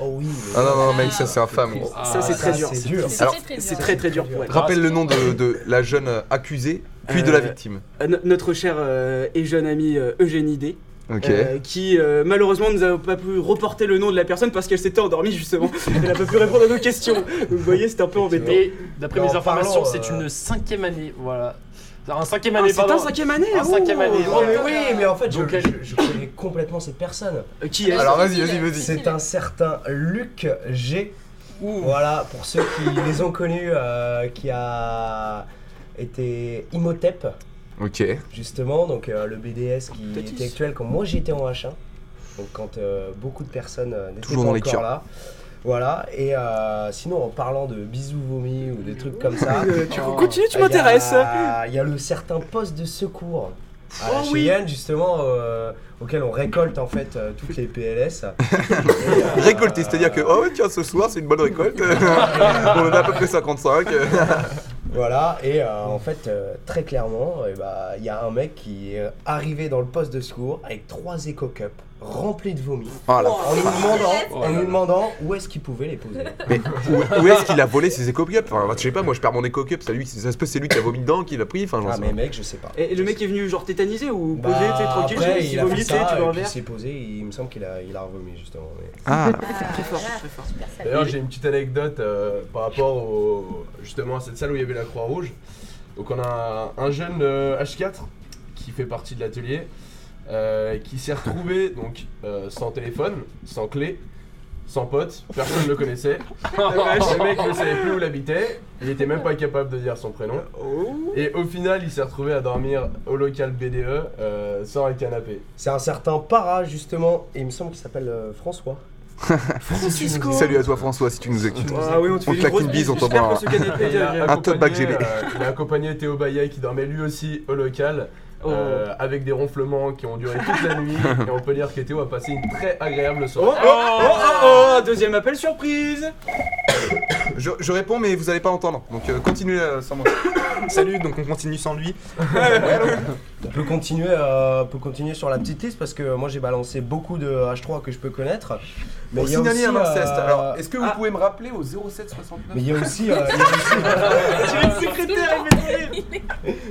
E: Oh oui. mais-
A: Ah non, non, mec, ça c'est infâme.
E: triste.
G: Ah,
C: Ça, c'est très dur.
E: C'est dur.
F: C'est
A: Alors,
F: très, très
C: C'est
F: dur.
C: très très dur pour elle.
A: Rappelle le nom de, de la jeune euh, accusée, puis de la
C: Euh,
A: victime.
C: Euh, no- notre cher euh, et jeune ami euh, Eugénie D,
A: Ok.
C: euh, qui euh, malheureusement nous a pas pu reporter le nom de la personne parce qu'elle s'était endormie justement. Elle n'a pas pu répondre à nos questions. Donc, vous voyez, c'était un peu embêté.
G: Et d'après
E: Non,
G: mes informations,
E: parlons,
G: c'est
E: euh,
G: une cinquième année, voilà. Un cinquième
C: Ah,
G: année,
C: c'est
G: pardon.
C: un cinquième année.
G: Un
C: oh
G: cinquième année,
E: Non, mais oui, mais en fait, je,
G: Donc, elle-
E: je- je connais complètement cette personne.
C: Euh, Qui est
A: Alors, vas-y, vas-y, vas-y.
E: C'est un certain Luc G. Voilà, pour ceux qui [LAUGHS] les ont connus, euh, qui a été Imhotep,
A: Ok.
E: justement, donc euh, le BDS qui
C: Tatis.
E: était actuel quand moi j'étais en H1, donc quand euh, beaucoup de personnes euh, n'étaient pas
A: Toujours dans les
E: encore
A: cœurs.
E: là. Voilà, et euh, sinon en parlant de bisous vomi ou des trucs comme ça.
C: Euh, tu continues, tu
E: il y a-
C: m'intéresses.
E: Il y a le certain poste de secours. À la
C: Oh oui.
E: Cheyenne, justement, euh, auquel on récolte en fait euh, toutes
A: [LAUGHS]
E: les PLS. euh,
A: Récolter, c'est-à-dire que, oh tiens, ce soir c'est une bonne [LAUGHS] récolte. On en a à peu près 55.
E: Voilà, et euh, en fait, euh, très clairement, il bah, il y a un mec qui est euh, arrivé dans le poste de secours avec trois éco-cups remplis de vomi,
A: Oh la
E: en nous demandant,
G: Oh là là.
E: en nous demandant où est-ce qu'il pouvait les poser.
A: Mais où, où est-ce qu'il a volé ses éco cups enfin, Je sais pas, moi je perds mon éco cup, c'est lui, qui- ça se peut, c'est lui qui a vomi dedans, qui l'a pris, enfin j'en
E: Ah,
A: sais
E: mais
A: rien.
E: mec, je sais pas.
C: Et et le mec est venu genre tétanisé ou
E: Bah,
C: posé, tu sais, tranquille,
E: après,
C: il
E: il a fait
C: vomi, tu sais,
E: ça,
C: tu vois un
E: et puis il
C: verre.
E: s'est posé, il me semble qu'il a, il a revomi justement. mais-
A: Ah,
C: Très fort, très fort.
F: Super sale.
B: D'ailleurs, j'ai une petite anecdote euh, par rapport au, justement à cette salle où il y avait la Croix-Rouge. Donc, on a un jeune euh, H4 qui fait partie de l'atelier, euh, qui s'est retrouvé donc euh, sans téléphone, sans clé, sans pote, personne ne le connaissait.
C: vache.
B: le mec ne savait plus où il habitait, il était même pas capable de dire son prénom.
C: Oh.
B: Et au final, il s'est retrouvé à dormir au local BDE euh, sans un canapé.
E: C'est un certain para, justement, et il me semble qu'il s'appelle
G: [LAUGHS]
E: euh, François.
F: Francisco.
A: Salut à toi François si tu nous écoutes.
C: Ah oui, on te fait
A: On
C: une
A: claque
C: grosse
A: une bise, on
C: j'espère
A: t'envoie
C: que ce
A: un-
C: canapé,
B: Et il a
C: euh,
A: Un tote bag
B: accompagné,
A: GB.
B: euh, il a accompagné Théo Baillet qui dormait lui aussi au local.
C: Oh.
B: euh, avec des ronflements qui ont duré toute la nuit et on peut dire que Théo a passé une très agréable soirée.
C: [LAUGHS] Oh, oh, oh, oh, deuxième appel surprise
A: Je, je réponds mais vous allez pas entendre. Donc euh, continuez euh, sans moi.
I: Salut, donc on continue sans lui.
E: On peut continuer, euh, on peut continuer sur la petite liste parce que moi j'ai balancé beaucoup de H3 que je peux connaître. Mais
A: Pour
E: il y a
A: signaler un
E: aussi,
A: inceste.
E: euh,
A: Alors est-ce que vous pouvez me rappeler au 0769
E: mais il y a aussi, euh, il y a aussi-
C: J'ai une secrétaire, elle fait sourire.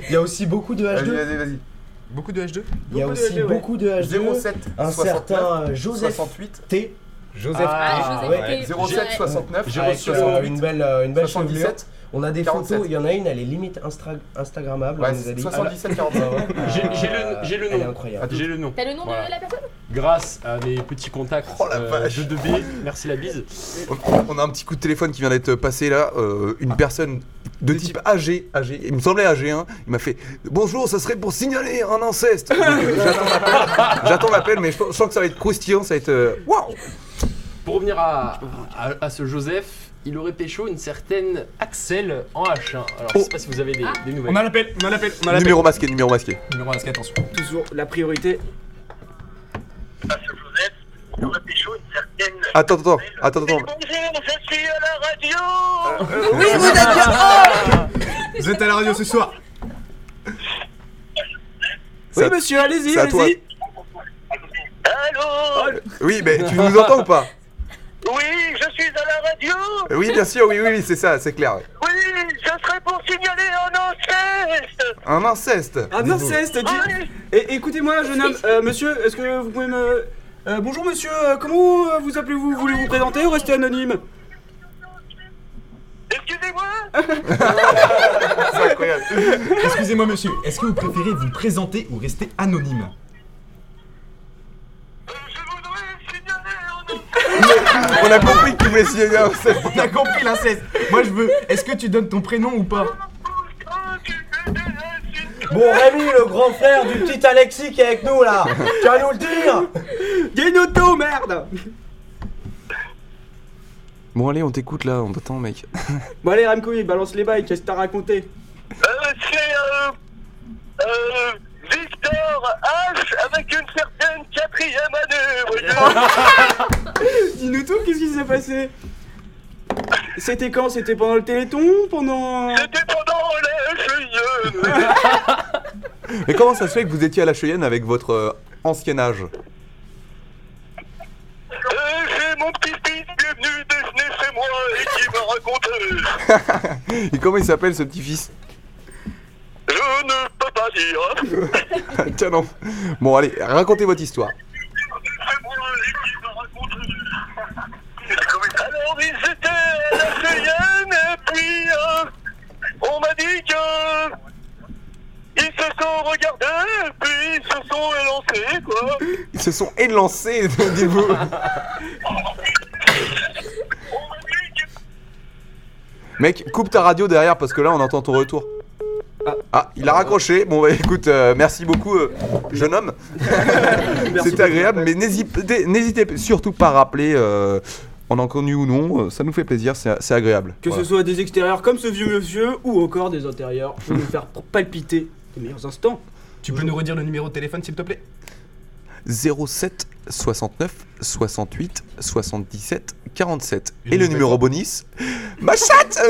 E: il y a aussi beaucoup de
A: Vas-y,
E: H2.
A: vas-y, vas-y.
I: Beaucoup de H2
E: Il y a
C: beaucoup de
E: aussi
C: H2, ouais.
E: beaucoup de H2.
A: 07
E: Un
A: 69
E: certain euh, Joseph
A: 68
E: T.
I: Joseph.
F: Ah, Joseph
E: ouais.
F: T.
A: 07 69
E: avec, euh,
A: 68,
E: une belle, euh, une belle
A: 77
E: chevelure. On a des
A: 47.
E: photos. Il y en a une, elle est limite instra- instagrammable.
A: Ouais,
E: on nous a dit. Ah,
A: 77 47.
G: J'ai- j'ai le- j'ai le
E: Elle est
G: nom.
E: incroyable.
G: J'ai le nom.
F: T'as le nom
G: Voilà.
F: de la personne
G: Grâce à mes petits contacts
A: Oh la
G: euh,
A: vache.
G: de 2B, merci la bise.
A: On- On a un petit coup de téléphone qui vient d'être passé là. euh, une personne de type âgé, âgé, il me semblait âgé, hein, il m'a fait Bonjour, ça serait pour signaler un inceste. Donc, euh, J'attends l'appel, j'attends l'appel, mais je je sens que ça va être croustillant, ça va être. euh, Waouh
G: Pour revenir à, à, à ce Joseph, il aurait pécho une certaine Axel en H1. Alors je sais pas si vous avez
F: Ah.
G: des, des nouvelles.
I: Oh. On a l'appel, on a l'appel, on a l'appel.
A: Numéro masqué, numéro masqué.
I: Numéro 1, attention.
C: Toujours la priorité.
H: Face à Joseph, on a pécho une certaine.
A: Attends, attends, attends, attends.
H: Bonjour, je suis à la radio
I: Vous êtes à la radio ce soir
A: C'est
C: Oui
A: à-
C: monsieur, allez-y,
A: c'est à toi.
C: allez-y
H: Allô
A: Oui, mais tu nous entends ou pas
H: Oui, je suis à la radio
A: Oui, bien sûr, oui, oui, oui, c'est ça, c'est clair.
H: Oui, je serai pour signaler un inceste
A: Un inceste.
C: Un
A: dis donc.
C: inceste, dis...
H: Oui,
C: Et écoutez-moi, jeune homme, euh, monsieur, est-ce que vous pouvez me... Euh, bonjour monsieur, euh, comment euh, vous appelez-vous Voulez-vous vous présenter ou rester anonyme
H: Excusez-moi Euh,
A: C'est incroyable.
I: Excusez-moi monsieur, est-ce que vous préférez vous présenter ou rester anonyme [LAUGHS]
H: euh, Je voudrais signaler un inceste
A: On a compris que tu voulais signaler un inceste.
I: On a compris l'inceste Moi je veux, est-ce que tu donnes ton prénom ou pas
H: Oh, tu fais des insultes
E: Bon Rémi, le grand frère du petit Alexis qui est avec nous là. Tu vas nous le dire.
C: Il y a une auto, merde
A: Bon, allez, on t'écoute là, on t'attend, mec.
C: Bon allez Ramco, il balance les bails, qu'est-ce que t'as raconté
H: Euh, C'est euh, euh, Victor H avec une certaine quatrième année, voyez
C: Dis-nous tout, qu'est-ce qui s'est passé C'était quand C'était pendant le Téléthon Pendant...
H: C'était pendant les cheveux
A: Mais comment ça se fait que vous étiez à la Cheyenne avec votre euh, ancien âge
H: Euh, J'ai mon petit-fils qui est venu dessiner chez moi et qui m'a raconté
A: Et comment il s'appelle ce petit-fils
H: Je ne peux pas dire.
A: [LAUGHS] Tiens non. Bon allez, racontez votre histoire.
H: C'est moi qui me raconte. Alors ils étaient à la Cheyenne et puis euh, on m'a dit que ils se sont regardés et puis ils se sont élancés quoi.
A: Ils se sont élancés, [LAUGHS] dites-vous.
H: On m'a dit que
A: Mec, coupe ta radio derrière parce que là on entend ton retour.
C: Ah.
A: Ah, il a raccroché. Bon bah écoute, euh, merci beaucoup, euh, jeune homme.
C: [LAUGHS] Merci
A: C'était agréable, mais n'hésitez n'hésitez surtout pas à rappeler, euh, en en connu ou non, euh, ça nous fait plaisir, c'est c'est agréable.
C: Que ce
A: Voilà.
C: soit des extérieurs comme ce vieux monsieur ou encore des intérieurs pour nous faire palpiter les meilleurs instants.
I: Tu peux nous redire le numéro de téléphone s'il te plaît
A: 07 69 68 77 47 et le numéro bonus. Ma chatte.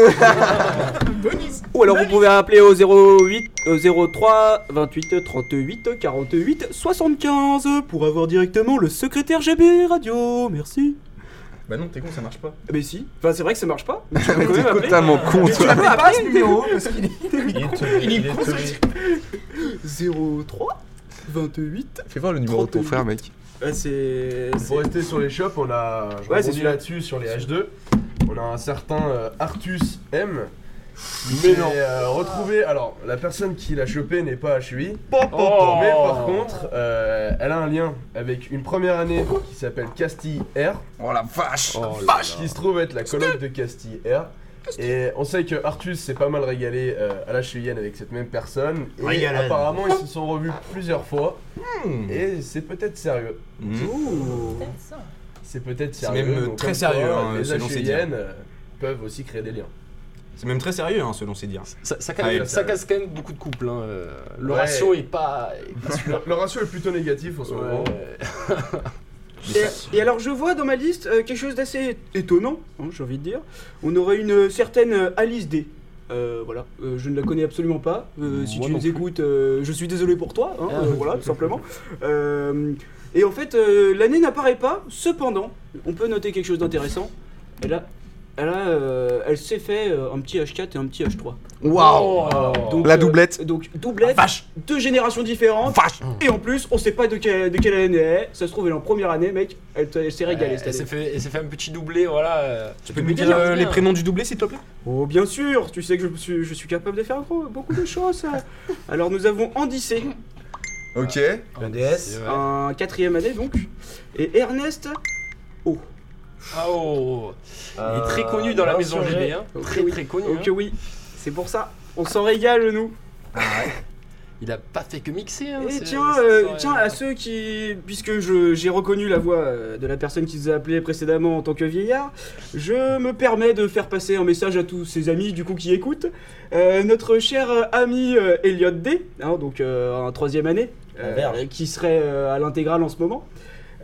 C: Ou alors vous pouvez appeler au 08 euh, 03 28 38 48 75 pour avoir directement le secrétaire GB Radio. Merci.
I: Bah non, t'es con, ça marche pas.
C: Mais si. Enfin c'est vrai que ça marche pas. Mais [LAUGHS] tu peux
A: Mais
C: quand
A: t'es
C: même appeler.
A: totalement con.
C: Tu
A: toi.
C: peux appeler une numéro
E: Il est teubé, il est teubé.
C: 03 28.
A: Fais voir le numéro de ton frère, mec.
C: Ouais, c'est
B: Pour rester sur les shops, on a. Je
C: Ouais, c'est
B: rebondis
C: sûr.
B: là-dessus sur les H2. On a un certain euh, Artus M Mais euh, retrouver. Alors, la personne qui l'a chopé n'est pas à HUI.
G: Oh.
B: Mais par contre, euh, elle a un lien avec une première année qui s'appelle Castille R,
A: Oh la vache
B: qui se trouve être la colloque de Castille R. Et on sait que Artus s'est pas mal régalé euh, à la Cheyenne avec cette même personne. Et
D: Régalade.
B: apparemment, ils se sont revus plusieurs fois. Et c'est peut-être sérieux.
I: Hmm.
B: C'est peut-être
D: C'est
B: sérieux.
D: même, euh,
B: donc
D: très
B: comme
D: sérieux,
B: quoi,
D: hein,
B: les
D: selon ses dires.
B: Acheyennes, euh, peuvent aussi créer des liens.
D: C'est même très sérieux, hein, selon ses dires.
G: Ça, ça,
D: Ah,
G: casse,
B: oui.
G: ça casse quand même beaucoup de couples. hein, euh, Le
B: Ouais.
G: ratio est pas. est
B: [LAUGHS]
G: pas euh,
B: Le, le ratio est plutôt négatif en ce moment.
G: Ouais.
C: Et, et alors je vois dans ma liste euh, quelque chose d'assez étonnant, hein, j'ai envie de dire. On aurait une certaine euh, Alice D. Euh, voilà, Euh, je ne la connais absolument pas. Euh, si
G: Moi
C: tu
G: non
C: nous
G: plus.
C: écoutes, euh, je suis désolé pour toi. hein,
G: Ah.
C: euh, voilà, tout simplement. Euh, et en fait, euh, l'année n'apparaît pas. Cependant, on peut noter quelque chose d'intéressant. Elle a, elle a, euh, elle s'est fait euh, un petit H4 et un petit H3.
A: Waouh
G: Oh.
C: Donc,
A: La
C: euh,
A: doublette.
C: donc
G: Ah,
C: doublette.
D: vache.
C: Deux générations différentes.
A: Vache
C: Et en plus, on sait pas de, quelle- de quelle année elle est. Ça se trouve, elle est en première année, mec. Elle, t- elle s'est
G: Ouais,
C: régalée cette
G: elle s'est
C: année.
G: fait, elle s'est fait un petit doublé, voilà. euh,
D: Tu peux nous dire
G: Déjà,
D: euh,
G: bien.
D: les prénoms du doublé, s'il te plaît
C: Oh, bien sûr, tu sais que je suis, je suis capable de faire gros- beaucoup de choses. ça. Alors, nous avons Andy C,
A: Ok.
E: Un DS.
G: c'est vrai.
C: un quatrième année donc, et Ernest.
G: Ah, oh. Il est très connu
C: Euh,
G: dans
E: Euh,
G: la maison JB, hein.
C: Ok,
G: Très
C: oui.
G: très connu.
C: Ok,
G: hein.
C: oui, c'est pour ça. On s'en régale, nous.
G: Il a pas fait que mixer. Hein,
C: Et
G: c'est-
C: tiens,
G: c'est-
C: euh,
G: c'est-
C: tiens, à ceux qui. Puisque je- j'ai reconnu la voix euh, de la personne qui nous a appelé précédemment en tant que vieillard, je me permets de faire passer un message à tous ces amis du coup qui écoutent. Euh, notre cher euh, ami euh, Elliot D, hein, donc euh, en troisième année,
E: La verge.
C: qui serait euh, à l'intégrale en ce moment,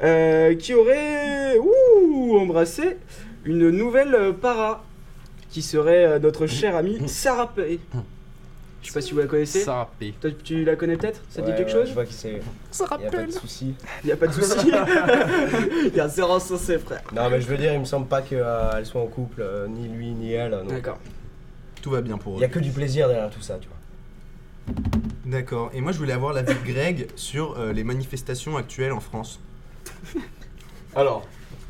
C: euh, qui aurait ouh, embrassé une nouvelle euh, para, qui serait euh, notre chère amie Sarah P. Je sais pas si vous la connaissez.
G: Sarah P.
C: Toi, tu la connais peut-être Ça te dit
E: Ouais,
C: quelque
E: ouais,
C: chose
E: Je vois qui c'est.
C: ça
E: Y a pas de souci.
C: Y a pas de souci. y a zéro censé, frère.
E: Non, mais je veux dire, il me semble pas qu'elle soit en couple, euh, ni lui ni elle. donc.
C: D'accord.
I: Tout va bien pour
E: Il y a que du plaisir derrière tout ça, tu vois.
I: D'accord. Et moi, je voulais avoir l'avis de Greg sur euh, les manifestations actuelles en France.
B: Alors,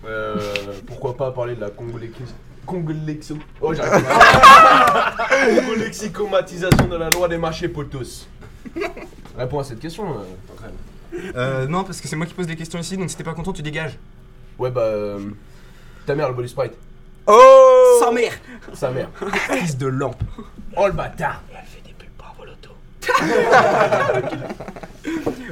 B: euh, pourquoi pas parler de la congolexo... Congolexo... Oh, j'arrive Congolexicomatisation de la loi des marchés pour tous. Réponds à cette question, euh, Tancred.
I: Euh, non, parce que c'est moi qui pose les questions ici, donc si t'es pas content, tu dégages.
B: Ouais, bah... euh, ta mère, le body sprite.
A: Oh
C: Sans mère
B: Sa mère.
D: Fils de lampe.
B: Oh, le bâtard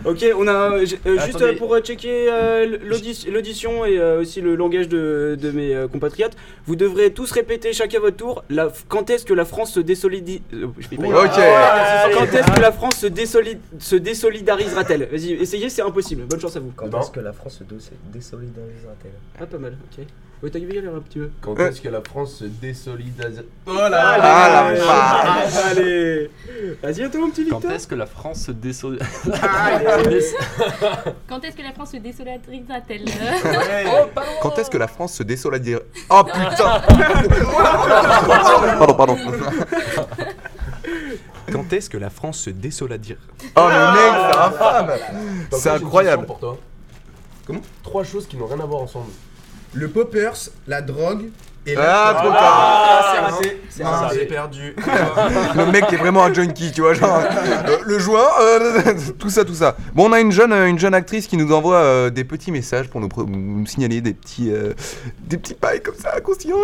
C: Ok, on a. euh, j'ai- euh, juste
G: Attendez.
C: euh, pour euh, checker euh, l'audi- l'audition et euh, aussi le langage de, de mes euh, compatriotes, vous devrez tous répéter chacun votre tour la, quand est-ce que la France se euh, désolidise.
A: Ok.
C: Quand est-ce que la France se, désolid- se désolidarisera-t-elle Vas-y, essayez, c'est impossible. Bonne chance à vous.
E: Quand
B: Bon.
E: est-ce que la France se dé- désolidarisera-t-elle
C: Ah, pas mal, ok. Ouais, t'as galère un petit peu.
B: Quand
A: Hein
B: est-ce que la France se désolidarise...
A: Ah, la
C: Allez,
A: vache.
C: Allez Vas-y, à toi, mon petit
G: Quand
C: Victor
G: est-ce que la France se [LAUGHS] désole
F: Quand est-ce que la France se désolidarisera-t-elle
A: Quand est-ce que la France se désolidarise Oh putain Pardon, pardon.
D: Quand est-ce que la France se désolidire
A: Oh le mec, c'est infâme
B: Tancred, j'ai
A: C'est
B: une
A: incroyable.
B: question pour toi.
I: Comment
B: Trois choses qui n'ont rien à voir ensemble.
I: Le poppers, la drogue et
A: Ah, trop tard
I: c'est
G: raté.
I: Ah, j'ai perdu.
A: Le mec qui est vraiment un junkie, tu vois, genre euh, le joint, euh, [LAUGHS] tout ça, tout ça. Bon, on a une jeune, euh, une jeune actrice qui nous envoie euh, des petits messages pour nous, pr- nous signaler des petits, euh, des petits pailles comme ça, croustillants.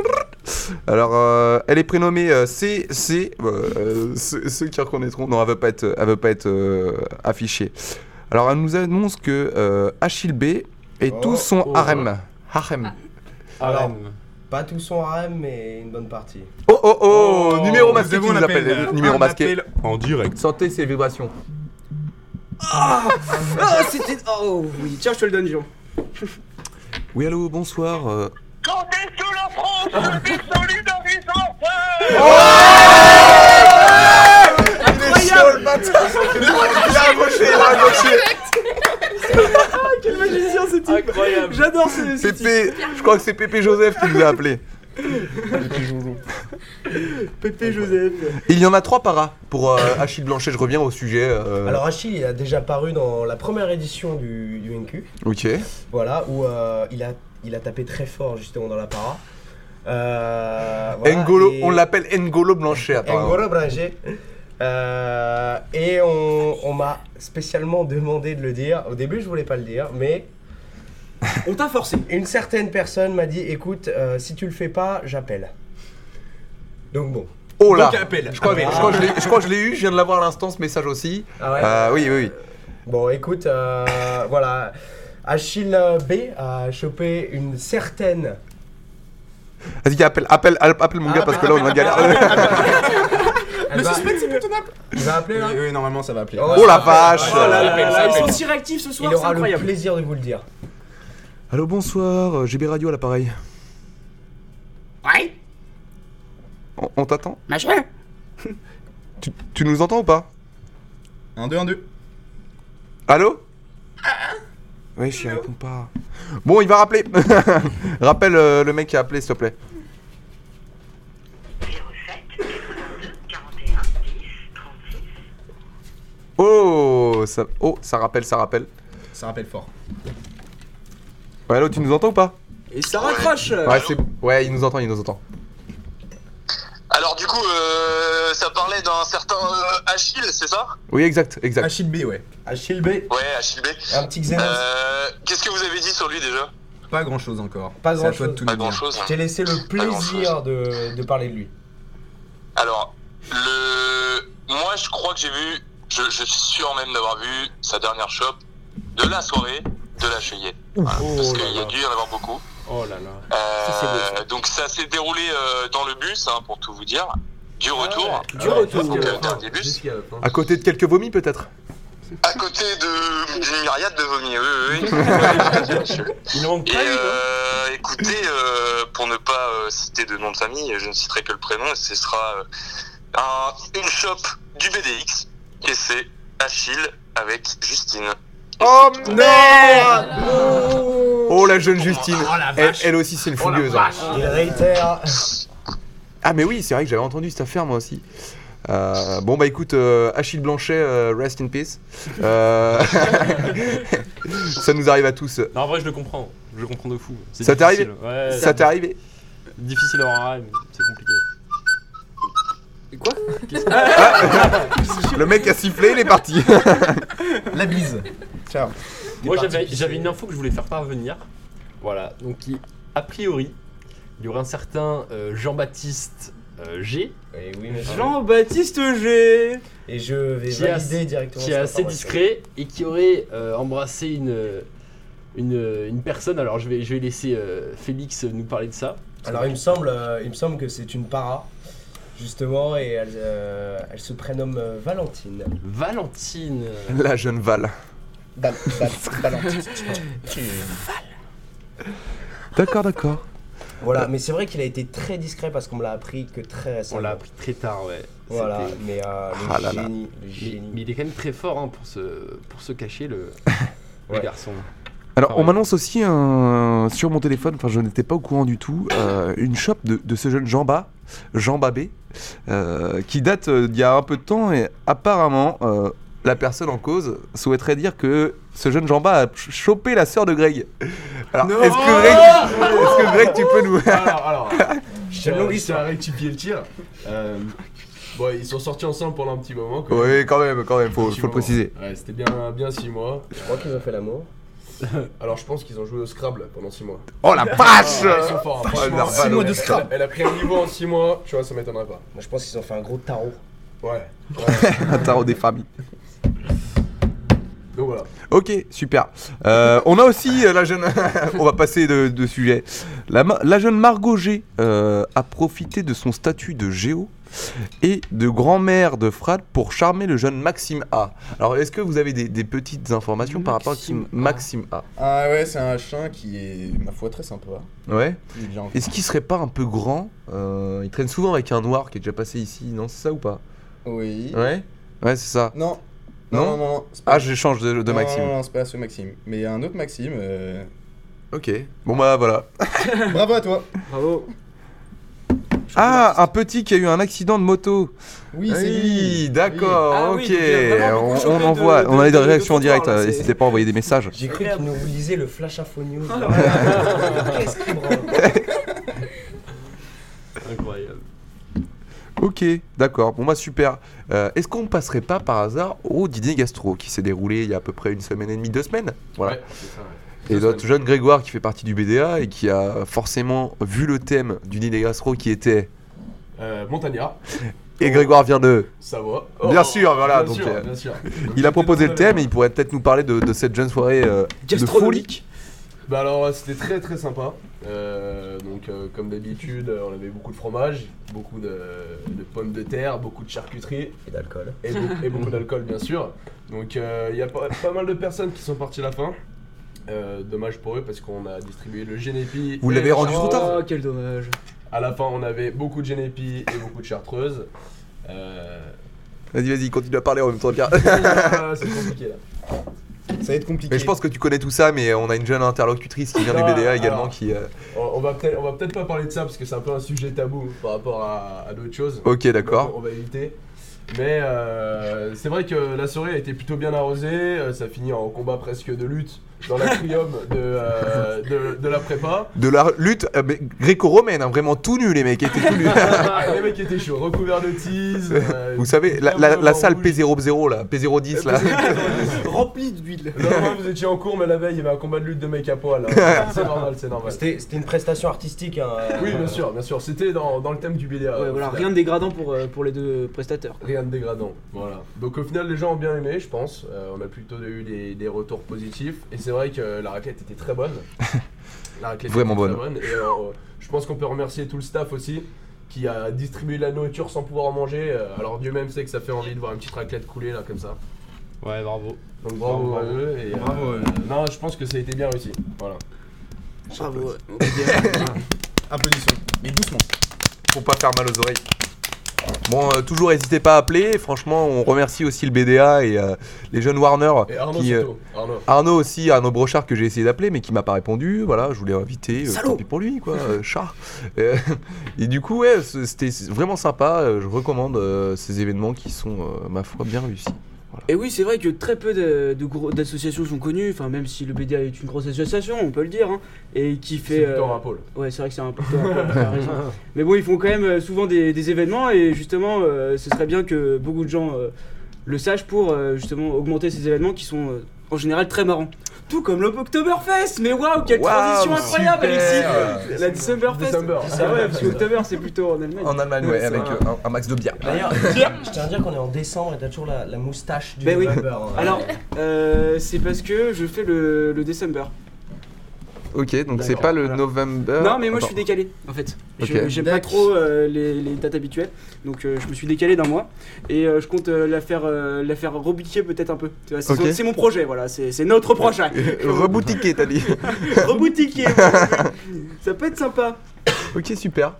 A: Alors, euh, elle est prénommée euh, C, C, euh, euh, ceux, ceux qui reconnaîtront. Non, elle veut pas être, elle veut pas être euh, affichée. Alors, elle nous annonce que euh, Achille B et
E: Oh,
A: tous son
G: oh.
A: harem. Harem.
C: Ah
E: Alors, Pas tout son harem, mais une bonne partie.
A: Oh oh oh, Numéro masqué
I: avons
A: qui nous
I: un
A: appelle.
I: appel, euh,
A: numéro
I: un
A: masqué.
I: appel En direct.
A: Sentez ses vibrations.
C: Ah, c'était. Oh oui, tiens, je te le donne, Jean.
A: Oui, allô, bonsoir. euh,
H: Quand est-ce que la France se désolidarisera-t-elle
C: [LAUGHS] Ah, Quel magicien ce type
G: Incroyable.
C: J'adore ce, ce type
A: Pépé, je crois que c'est Pépé Joseph qui nous a appelé.
C: Pépé Joseph.
A: Il y en a trois paras pour euh, Achille Blanchet, je reviens au sujet. euh,
E: Alors, Achille, il a déjà paru dans la première édition du, du NQ.
A: ok.
E: Voilà, où euh, il, a, il a tapé très fort justement dans la para. Euh, voilà,
A: N'Golo,
E: et-
A: on l'appelle N'Golo Blanchet, apparemment.
E: N'Golo Branger. Euh, et on, on m'a spécialement demandé de le dire. Au début, je voulais pas le dire, mais
C: On t'a forcé.
E: une certaine personne m'a dit écoute, euh, si tu le fais pas, j'appelle. Donc bon.
A: Oh là
I: Donc, appel.
A: Je crois, que- je crois que je l'ai- je crois que je l'ai eu, je viens de l'avoir à l'instant ce message aussi.
E: Ah ouais
A: Euh, oui, oui, oui.
E: Bon, écoute, euh, [LAUGHS] voilà. Achille euh, B a chopé une certaine.
A: Vas-y, appelle, appelle, appelle mon
E: Ah,
A: gars parce que là
E: appelle,
A: on a galère.
E: Le suspect, c'est intenable Il va appeler, hein. là
I: Oui, oui, normalement ça va appeler.
E: Oh,
A: [LAUGHS] Oh la vache
C: Oh là là
G: appelle,
C: là
G: ça
C: là, ils
G: appelle.
C: sont si réactifs ce soir,
E: Il
C: c'est
E: aura le
C: incroyable.
E: plaisir de vous le dire.
A: Allô, bonsoir, euh, GB Radio à l'appareil.
J: Ouais,
A: On, on t'attend
J: monsieur
A: [LAUGHS] tu, tu nous entends ou pas
I: 1, 2, 1, 2.
A: Allô
I: Ah.
A: Oui, je réponds pas. Bon, il va rappeler. [LAUGHS] Rappelle euh, le mec qui a appelé, s'il te plaît.
H: 41, 10, 36.
A: Oh ça, oh, ça rappelle, ça rappelle.
I: Ça rappelle fort.
A: Ouais, allô, tu nous entends ou pas
C: Et ça raccroche.
I: Euh,
A: Ouais, c'est... ouais, il nous entend, il nous entend.
K: Alors du coup, euh, ça parlait d'un certain euh, Achille, c'est ça
A: Oui, exact, exact.
I: Achille B, ouais.
E: Achille B,
K: Ouais, Achille B.
E: un petit Xenos.
K: Euh, Qu'est-ce que vous avez dit sur lui déjà
I: Pas grand chose encore.
E: Pas
I: C'est
E: grand
I: à toi de
E: chose.
I: tout
K: Pas
I: nous dire.
K: grand-chose.
E: Je t'ai laissé le plaisir de, de parler de lui.
K: Alors, le... moi je crois que j'ai vu, je, je suis sûr même d'avoir vu sa dernière shop de la soirée de la Cheuillée. Voilà, parce qu'il y a dû y en avoir beaucoup.
G: Oh là là.
K: Euh,
C: Oh Ça, c'est
K: donc ça s'est déroulé euh, dans le bus, hein, pour tout vous dire, du
C: Ah
K: retour,
C: Du retour.
K: donc, euh, dernier bus,
B: Jusqu'à la
I: Ah,
B: fin.
A: À côté de quelques vomis, peut-être
K: à côté de- d'une myriade de vomi. Oui, oui, oui. Monsieur.
G: Il
B: Ah
G: ne
A: [LAUGHS]
G: manque
K: Et
G: pas lui, quoi.
K: euh, écoutez, euh, pour ne pas euh, citer de nom de famille, je ne citerai que le prénom, et ce sera euh, un- une shop du BDX, et c'est Achille avec Justine.
A: Oh merde
F: Oh
A: Oh la jeune Justine elle, elle aussi, c'est une fougueuse. hein.
E: Il réitère.
A: Ah mais oui, c'est vrai que j'avais entendu cette affaire moi aussi. Euh, bon bah écoute, euh, Achille Blanchet, euh, rest in peace. Euh, [LAUGHS] ça nous arrive à tous.
G: Non, en vrai, je le comprends. Je le comprends de fou. C'est
A: Ça t'est
G: difficile. Ouais,
A: Ça t'est arrivé
G: difficile à en rime, c'est compliqué.
A: Le mec a sifflé, il est parti. [LAUGHS]
I: La bise. Ciao.
G: Moi,
I: parti
G: j'avais
I: pisser.
G: j'avais une info que je voulais faire parvenir. Voilà, donc il- a priori, il y aurait un certain euh, Jean-Baptiste euh, G
E: Et, oui, mais-
C: Jean-Baptiste G.
E: Et je vais
G: Qui est
E: valider
G: assez-
E: directement.
G: qui est
E: cette
G: assez
E: information.
G: discret et qui aurait euh, embrassé une, une, une personne. Alors, je vais, je vais laisser euh, Félix nous parler de ça.
E: Alors il me semble, euh, il me semble que c'est une para. Justement, et elle, euh, elle se prénomme euh, Valentine.
G: Valentine.
A: La jeune Val.
E: Valentine.
A: D'accord, d'accord.
E: voilà, mais c'est vrai qu'il a été très discret parce qu'on me l'a appris que très récemment.
G: On l'a appris très tard, ouais.
E: Voilà,
G: C'était-
E: mais euh, le,
A: Ah là là.
E: génie, le
G: Mais,
E: génie.
G: mais il est quand même très fort hein, pour, se, pour se cacher, le, le
E: Ouais.
G: garçon.
A: Alors,
G: Ah
A: on
G: ouais.
A: m'annonce aussi un, sur mon téléphone, enfin, je n'étais pas au courant du tout, euh, une shop de, de ce jeune Jamba, Jamba B, euh, qui date euh, d'il y a un peu de temps et apparemment, euh, la personne en cause souhaiterait dire que ce jeune Jamba a ch- chopé la sœur de Greg. Alors, est-ce que Greg, est-ce que Greg, tu peux nous.
B: Alors, alors, Euh,
E: Je
B: je
E: te nourris,
B: vais rectifier le tir. Euh, bon, ils sont sortis ensemble pendant un petit moment. quoi.
A: [LAUGHS] oui, quand même, quand même,
B: Un
A: faut,
B: petit
A: faut le
B: moment.
A: préciser.
B: Ouais, c'était bien, bien 6 mois.
E: Je crois qu'ils ont fait l'amour.
B: Alors, je pense qu'ils ont joué au Scrabble pendant 6 mois.
A: Oh la
I: Ah,
A: vache
B: Ils sont forts, hein,
A: Oh,
B: franchement.
A: la
I: Six
A: vache.
I: mois de
B: Elle
I: scrap.
B: a- Elle a pris un niveau en 6 mois, tu vois, ça m'étonnerait pas.
E: Moi, je pense qu'ils ont fait un gros tarot.
B: Ouais.
A: [LAUGHS] Un tarot des familles.
B: Donc voilà.
A: Ok, super. Euh, on a aussi euh, la jeune. [LAUGHS] on va passer de, de sujet. La, ma- la jeune Margot G euh, a profité de son statut de géo et de grand-mère de Frad pour charmer le jeune Maxime A. Alors, est-ce que vous avez des, des petites informations par rapport à qui-
G: Maxime A.
A: Maxime A
I: Ah ouais, c'est un chien qui est, ma foi, très sympa.
A: Ouais.
I: Il est bien.
A: Est-ce qu'il serait pas un peu grand Euh, Il traîne souvent avec un noir qui est déjà passé ici, non C'est ça ou pas
I: Oui.
A: Ouais. Ouais, c'est ça.
I: Non.
A: Non
I: Non, non, non. non, c'est pas-
A: Ah, je change de, de
I: Non,
A: Maxime.
I: Non, non, c'est pas ce Maxime. Mais il y a un autre Maxime. euh,
A: Ok. Bon, bah voilà.
I: Bravo à toi.
C: Bravo.
A: Ah, un petit qui a eu un accident de moto.
I: Oui, c'est lui.
A: Oui, d'accord,
C: Ah oui,
A: ok.
C: donc il a vraiment
A: on
C: beaucoup
A: on
C: chopé
A: envoie,
C: de-
A: on a
C: de-
A: des
C: de-
A: réactions
C: de
A: en direct.
C: trottoir, là,
A: euh,
C: c'est-
A: N'hésitez pas à envoyer des messages.
E: J'ai cru qu'ils nous lisaient le Flash Info News.
C: Ah là là.
E: Qu'est-ce qui branle
G: Incroyable.
A: Ok, d'accord. Bon, bah super. Euh, Est-ce qu'on passerait pas par hasard au dîner gastro qui s'est déroulé il y a à peu près une semaine et demie, deux semaines Voilà.
B: Ouais, c'est ça, ouais.
A: Et notre jeune Grégoire qui fait partie du BDA et qui a forcément vu le thème du dîner gastro qui était.
B: Euh, Montagnard,
A: Et Grégoire vient de.
B: ça va.
C: Oh,
A: Bien sûr, voilà,
B: Bien
A: donc,
B: sûr,
A: euh,
B: bien sûr.
A: Il a proposé le thème et il pourrait peut-être nous parler de, de cette jeune soirée euh, de folie.
B: Bah alors euh, c'était très très sympa. Euh, donc euh, comme d'habitude euh, on avait beaucoup de fromage, beaucoup de, de pommes de terre, beaucoup de charcuterie
E: Et d'alcool.
B: et, beau- et
A: [LAUGHS]
B: beaucoup d'alcool bien sûr. Donc euh, il y a pas, pas mal de personnes qui sont parties à la fin. Euh, dommage pour eux parce qu'on a distribué le Genepi.
A: Vous
B: et
A: l'avez
B: le
A: rendu trop
B: Chartreuse.
A: tard.
C: Oh, quel dommage.
B: À la fin on avait beaucoup de Genepi et beaucoup de chartreuse.
A: [LAUGHS]
B: Euh,
A: Vas-y, vas-y, continue à parler en même temps. Pierre.
B: ah, c'est compliqué là.
I: Ça va être compliqué.
A: mais je pense que tu connais tout ça, mais euh, on a une jeune interlocutrice qui vient du
B: Ah,
A: BDA également
B: alors.
A: qui. euh,
B: On, on va peut-être on va peut-être pas parler de ça parce que c'est un peu un sujet tabou par rapport à, à d'autres choses.
A: Ok, d'accord.
B: On va éviter. Mais euh, c'est vrai que la soirée a été plutôt bien arrosée. euh, Ça finit en combat presque de lutte dans l'atrium de, euh, de, de la
C: [LAUGHS]
B: prépa.
A: De la lutte euh, mais gréco-romaine, hein, vraiment tout nu, les mecs étaient tout nus.
B: Ah, les mecs étaient chauds, recouverts de tease. euh,
A: Vous savez, la, la- la salle P00 là, P010 là.
C: Rempli d'huile.
B: Normalement, vous étiez en cours, mais la veille, il y avait un combat de lutte de mecs à poil.
A: [LAUGHS]
B: hein. C'est normal, c'est normal.
E: C'était c'était une prestation artistique. hein.
B: Oui, bien sûr, bien sûr. C'était dans, dans le thème du BDA.
C: Ouais, voilà, rien de dégradant pour, euh, pour les deux prestataires.
B: Rien de dégradant, voilà. Donc au final, les gens ont bien aimé, je pense. Euh, on a plutôt eu des, des retours positifs. Et c'est vrai que euh, la raclette était très
A: [LAUGHS]
B: bonne. La raclette
A: Vraiment
B: était
A: bonne.
B: très bonne. Et alors, euh, je pense qu'on peut remercier tout le staff aussi qui a distribué de la nourriture sans pouvoir en manger. Euh, alors Dieu même sait que ça fait envie de voir une petite raclette couler là comme ça.
G: Ouais, bravo.
B: Donc bravo,
G: Bravo,
B: à eux. Et, euh,
I: Bravo, ouais.
B: euh, non, je pense que ça a été bien réussi. Voilà.
C: Bravo.
I: Applaudissements. Mais doucement.
A: [LAUGHS] pour pas faire mal aux oreilles. Bon, euh, toujours n'hésitez pas à appeler. Franchement, on remercie aussi le BDA et euh, les jeunes Warner.
B: Et Arnaud
A: qui, euh,
B: surtout. Arnaud.
A: Arnaud aussi, Arnaud Brochard que j'ai essayé d'appeler mais qui m'a pas répondu. Voilà, je voulais inviter. euh, tant pis pour lui, quoi, euh, chat. [LAUGHS] Euh, et du coup, ouais, c- c'était vraiment sympa. euh, Je recommande euh, ces événements qui sont, euh, ma foi, bien réussis.
C: Et oui, c'est vrai que très peu de- de gros- d'associations sont connues, enfin même si le BDA est une grosse association, on peut le dire, hein, et qui
B: C'est
C: fait...
B: plutôt
C: euh,
B: un pôle.
C: Ouais, c'est vrai que c'est un peu tard,
A: [LAUGHS]
C: t'as raison. Mais bon, ils font quand même euh, souvent des, des événements et justement, euh, ce serait bien que beaucoup de gens euh, le sachent pour euh, justement augmenter ces événements qui sont euh, en général très marrants. Tout comme l'Octoberfest Mais waouh, quelle
A: Waouh,
C: transition incroyable,
A: super.
C: Alexis La Decemberfest
B: December.
C: Ah ouais, parce que Oktober, c'est plutôt en Allemagne.
A: En Allemagne, ouais, avec euh, un, un max de bière.
E: D'ailleurs, Ah. je tiens à dire qu'on est en décembre et t'as toujours la, la moustache du
C: Ben oui.
E: November, hein.
C: Alors, euh, c'est parce que je fais le, le December.
A: Ok, donc c'est
C: D'accord,
A: pas le
C: voilà.
A: November.
C: non, mais moi
A: Euh, Attends.
C: je suis décalé en fait. Je-
A: Ok.
C: J'aime pas trop euh, les, les dates habituelles, donc euh, je me suis décalé d'un mois et euh, je compte euh, la faire, euh, la faire rebouquer peut-être un peu. Tu vois, C'est
A: Ok.
C: c'est mon projet, voilà, c'est c'est
A: [LAUGHS]
C: notre projet.
A: Reboutiqué, t'as
C: [LAUGHS]
A: dit.
C: Reboutiquer,
A: [LAUGHS]
C: voilà. ça peut être sympa.
A: ok, super.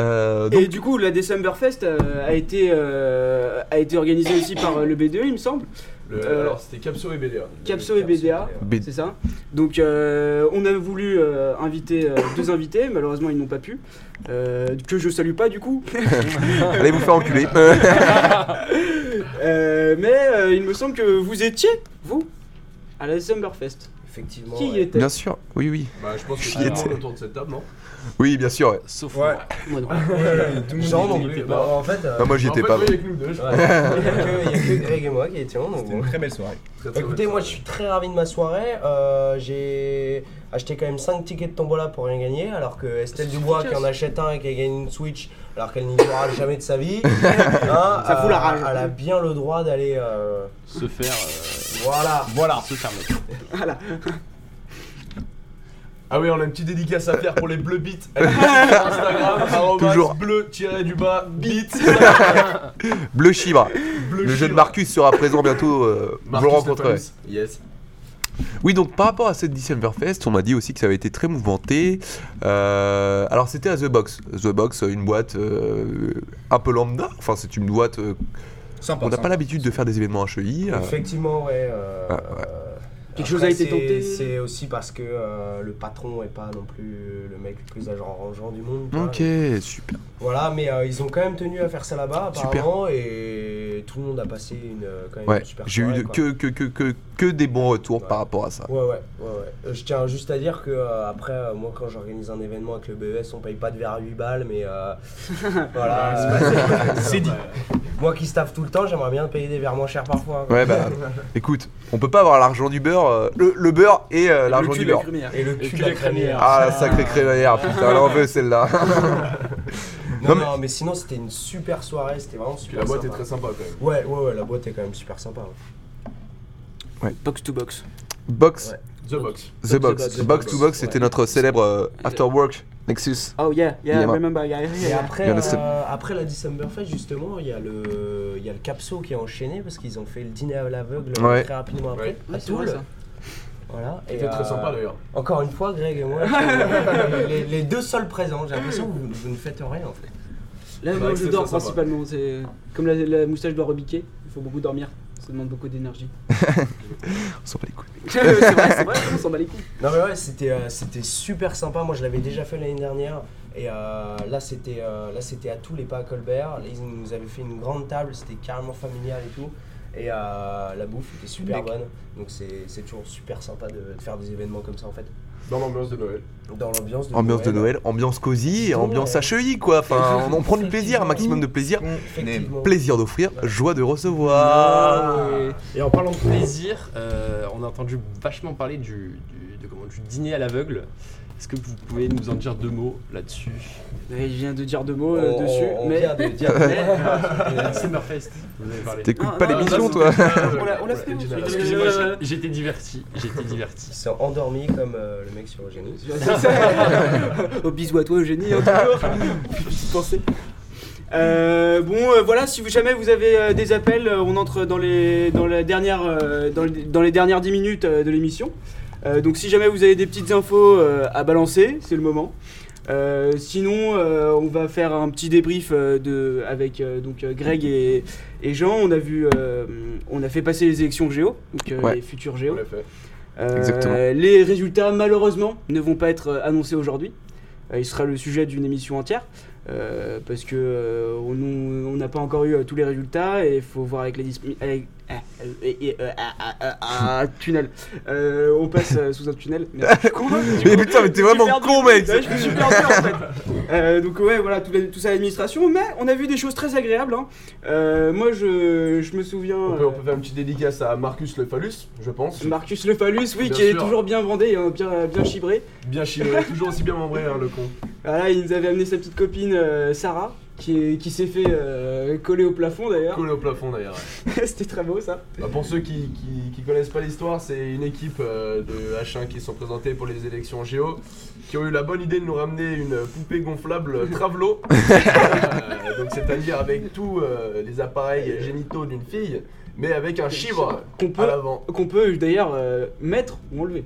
A: Euh, donc,
C: Et du coup, la Decemberfest euh, a été euh, a été organisée aussi par euh, le BDE, il me semble.
B: Le-
C: euh,
B: alors c'était Capso et BDA.
C: Capso et BDA.
A: B-
C: [LAUGHS] C'est ça. Donc euh, on a voulu euh, inviter euh, deux invités, malheureusement ils n'ont pas pu, euh, que je salue pas du
A: [LAUGHS]
C: coup.
A: allez vous faire
C: [LAUGHS]
A: enculer.
C: Euh, mais euh, il me semble que vous étiez, vous, à la Decemberfest.
E: Effectivement.
C: Qui y
E: ouais.
C: était
A: bien sûr, oui, oui.
B: Bah, je pense que
A: J'y
B: tout le monde
A: étais.
B: autour de cette table, non
A: Oui, bien sûr. Euh, ouais.
G: Sauf
I: Ouais.
C: Moi
G: moi.
C: non.
E: Jean, non
I: Genre,
E: plus. Bah, en fait, euh,
A: Non, moi j'y
B: En
A: étais
B: fait,
A: pas.
B: oui, avec nous deux, je crois.
E: il y a que- il y a que Greg et moi qui étions. Donc bon.
I: Une très belle soirée.
B: bah, Très, très
E: Écoutez,
B: bonne
E: moi je
B: soirée.
E: suis très ravi de ma soirée. Euh, j'ai acheté quand même 5 tickets de tombola pour rien gagner, alors que Estelle Dubois qui en achète un et qui a gagné une Switch, alors qu'elle n'y jouera jamais de sa vie, hein,
C: Ça fout la
E: euh,
C: rage.
E: Elle a bien le droit d'aller. euh,
G: Se faire. euh,
E: Voilà.
I: Voilà.
G: se faire mettre.
B: Ah oui, on a une petite dédicace à faire pour les bleus
E: [LAUGHS]
B: bits. Allez, sur Instagram, arrobas
A: Toujours.
B: bleu tiré du bas bits.
A: Bleu Chibre.
B: Bleu
A: [LAUGHS] Le jeu de
B: chiffre.
A: Marcus sera présent bientôt. euh, vous
B: Marcus
A: le rencontrerez.
B: Stephanus. Yes.
A: Oui, donc par rapport à cette Decemberfest, on m'a dit aussi que ça avait été très mouvementé. Euh, alors c'était à The Box. The Box, une boîte euh, un peu lambda. Enfin, c'est une boîte. euh,
I: Sympa.
A: on n'a pas l'habitude de faire des événements à Cheville. euh,
E: Effectivement, ouais. euh,
A: Ouais, ouais.
E: euh,
C: Quelque chose a été
E: c'est-
C: tenté.
E: C'est aussi parce que euh, le patron est pas non plus le mec le plus arrangeant du monde. quoi. euh,
A: Ok, super.
E: Voilà, mais euh, ils ont quand même tenu à faire ça là-bas,
A: Super.
E: apparemment, et et tout le monde a passé une, euh, quand même
A: Ouais,
E: une super
A: j'ai eu
E: soirée,
A: de-
E: quoi.
A: que, que, que, que, que des bons retours
E: Ouais.
A: par rapport à ça.
E: Ouais, ouais, ouais, ouais. Euh, Je tiens juste à dire que euh, après, euh, moi, quand j'organise un événement avec le BES, on paye pas de verre à 8 balles, mais
C: [LAUGHS]
E: euh,
C: Bah,
E: voilà.
B: Ouais, c'est pas-
E: euh,
B: c'est dit.
E: Moi qui staffe tout le temps, j'aimerais bien payer des verres moins chers parfois. quoi.
A: Ouais, bah écoute, on peut pas avoir l'argent du beurre, euh, le, le beurre et euh, l'argent du beurre.
E: Et le cul
B: cul
E: de la
B: à crémière.
E: crémière.
A: Ah, la sacrée crémaillère, putain, elle en veut celle-là.
E: Non,
A: Non, mais-
E: non, mais sinon, c'était une super soirée, c'était vraiment
B: Puis
E: super
B: la boîte est
E: sympa.
B: très sympa quand même.
E: Ouais, ouais, ouais, la boîte est quand même super sympa. hein. ouais.
C: Box to box.
A: Box,
B: The Box.
A: the box. Box to box, c'était notre célèbre euh, after work Nexus.
C: Oh yeah, yeah,
A: Yeah, ma-
C: remember, yeah, yeah,
E: Et
C: yeah.
E: après,
A: Il y en a
E: euh,
A: sept.
E: après la December Fest, justement, il y, a le- il y a le Capso qui est enchaîné parce qu'ils ont fait le dîner à l'aveugle
A: Ouais.
E: très rapidement après.
B: Ouais.
E: à
C: Ouais, c'est vrai,
E: Toul.
C: ça.
E: Voilà. Et
B: C'était
E: euh,
B: très sympa d'ailleurs.
E: Encore une fois, Greg et moi, les, les- les deux seuls présents. J'ai l'impression que vous, vous ne faites rien en fait.
C: Là,
B: C'est
C: moi,
B: vrai que
C: je
B: c'est
C: dors
B: très sympa.
C: principalement. C'est comme la, la moustache doit rebiquer. Il faut beaucoup dormir. Ça demande beaucoup d'énergie.
A: On s'en bat les couilles.
C: c'est vrai, c'est vrai, on s'en bat les couilles.
E: Non mais ouais, c'était euh, c'était super sympa. Moi, je l'avais déjà fait l'année dernière. Et euh, là, c'était euh, là, c'était à tous les pas à Colbert. Là, ils nous avaient fait une grande table. C'était carrément familial et tout. Et euh, la bouffe était super bonne. Donc c'est c'est toujours super sympa de, de faire des événements comme ça en fait.
B: Dans l'ambiance de Noël.
E: Dans l'ambiance de
A: Ambiance de Noël, ambiance cosy et ambiance à cheville, quoi. Enfin, on en prend du plaisir, un maximum de plaisir.
E: Effectivement. Ah,
A: Plaisir d'offrir, joie de recevoir.
G: Et- Et en parlant de plaisir, euh, on a entendu vachement parler du, du- de, comment, du dîner à l'aveugle. Est-ce que vous pouvez nous en dire deux mots là-dessus
C: Et je viens de dire deux mots euh,
E: On-
C: dessus,
E: on
C: mais
E: vient de dire-
I: [LAUGHS]
G: Euh, Summerfest, vous avez parlé.
A: T'écoutes
C: Non,
A: pas
B: Ah,
C: non,
A: l'émission,
C: non,
A: toi
C: on l'a- on l'a fait,
B: Euh,
C: on l'a fait.
G: Excusez-moi, j'ai- j'étais diverti, j'étais diverti.
E: Ils sont endormis comme euh, le mec sur Eugénie.
C: Au bisou Oh, à toi, Eugénie, hein, toujours. Petite pensée. Euh, bon, euh, voilà, si vous, jamais vous avez euh, des appels, euh, on entre dans les, dans la dernière, euh, dans, le- dans les dernières 10 minutes euh, de l'émission. Euh, donc, si jamais vous avez des petites infos euh, à balancer, c'est le moment. Euh, sinon, euh, on va faire un petit débrief euh, de, avec euh, donc, euh, Greg et, et Jean. On a, vu, euh, on a fait passer les élections Géo, donc euh,
A: Ouais.
C: les futurs
B: On
C: Géo.
B: l'a fait.
C: Euh,
A: Exactement.
C: les résultats, malheureusement, ne vont pas être euh, annoncés aujourd'hui. Euh, il sera le sujet d'une émission entière. euh, parce que euh, on on- on n'a pas encore eu euh, tous les résultats et il faut voir avec les disp- avec- ah, euh, et- euh, ah, ah, ah,
A: [LAUGHS]
C: ah, tunnel. Euh, on passe euh, sous un tunnel. Merde, je suis con, du
A: [LAUGHS] Mais
C: coup.
A: putain, mais t'es
C: Je suis
A: vraiment
C: perdu.
A: con, mec
C: Ouais, je me suis perdu en fait. Euh, donc ouais, voilà, tout, la- tout ça l'administration. Mais on a vu des choses très agréables. hein. Euh, moi, je, je me souviens.
B: On peut, on
C: euh,
B: peut faire une petite dédicace à Marcus Le Phallus, je pense.
C: Marcus Le Phallus, oui,
B: Bien
C: qui est
B: sûr.
C: toujours bien brandé, hein, bien, bien chibré.
B: Bien chinois, toujours aussi bien membré, hein, le con.
C: Voilà, il nous avait amené sa petite copine euh, Sarah, qui, est- qui s'est fait euh, coller au plafond d'ailleurs.
B: Collé au plafond d'ailleurs. ouais.
C: [LAUGHS] C'était très beau ça.
B: Bah, pour ceux qui, qui, qui connaissent pas l'histoire, c'est une équipe euh, de H1 qui se sont présentés pour les élections géo, qui ont eu la bonne idée de nous ramener une poupée gonflable Travelo. Euh, donc c'est-à-dire avec tous euh, les appareils génitaux d'une fille, mais avec un chibre
C: Qu'on
B: à
C: peut,
B: l'avant.
C: qu'on peut d'ailleurs euh, mettre ou enlever,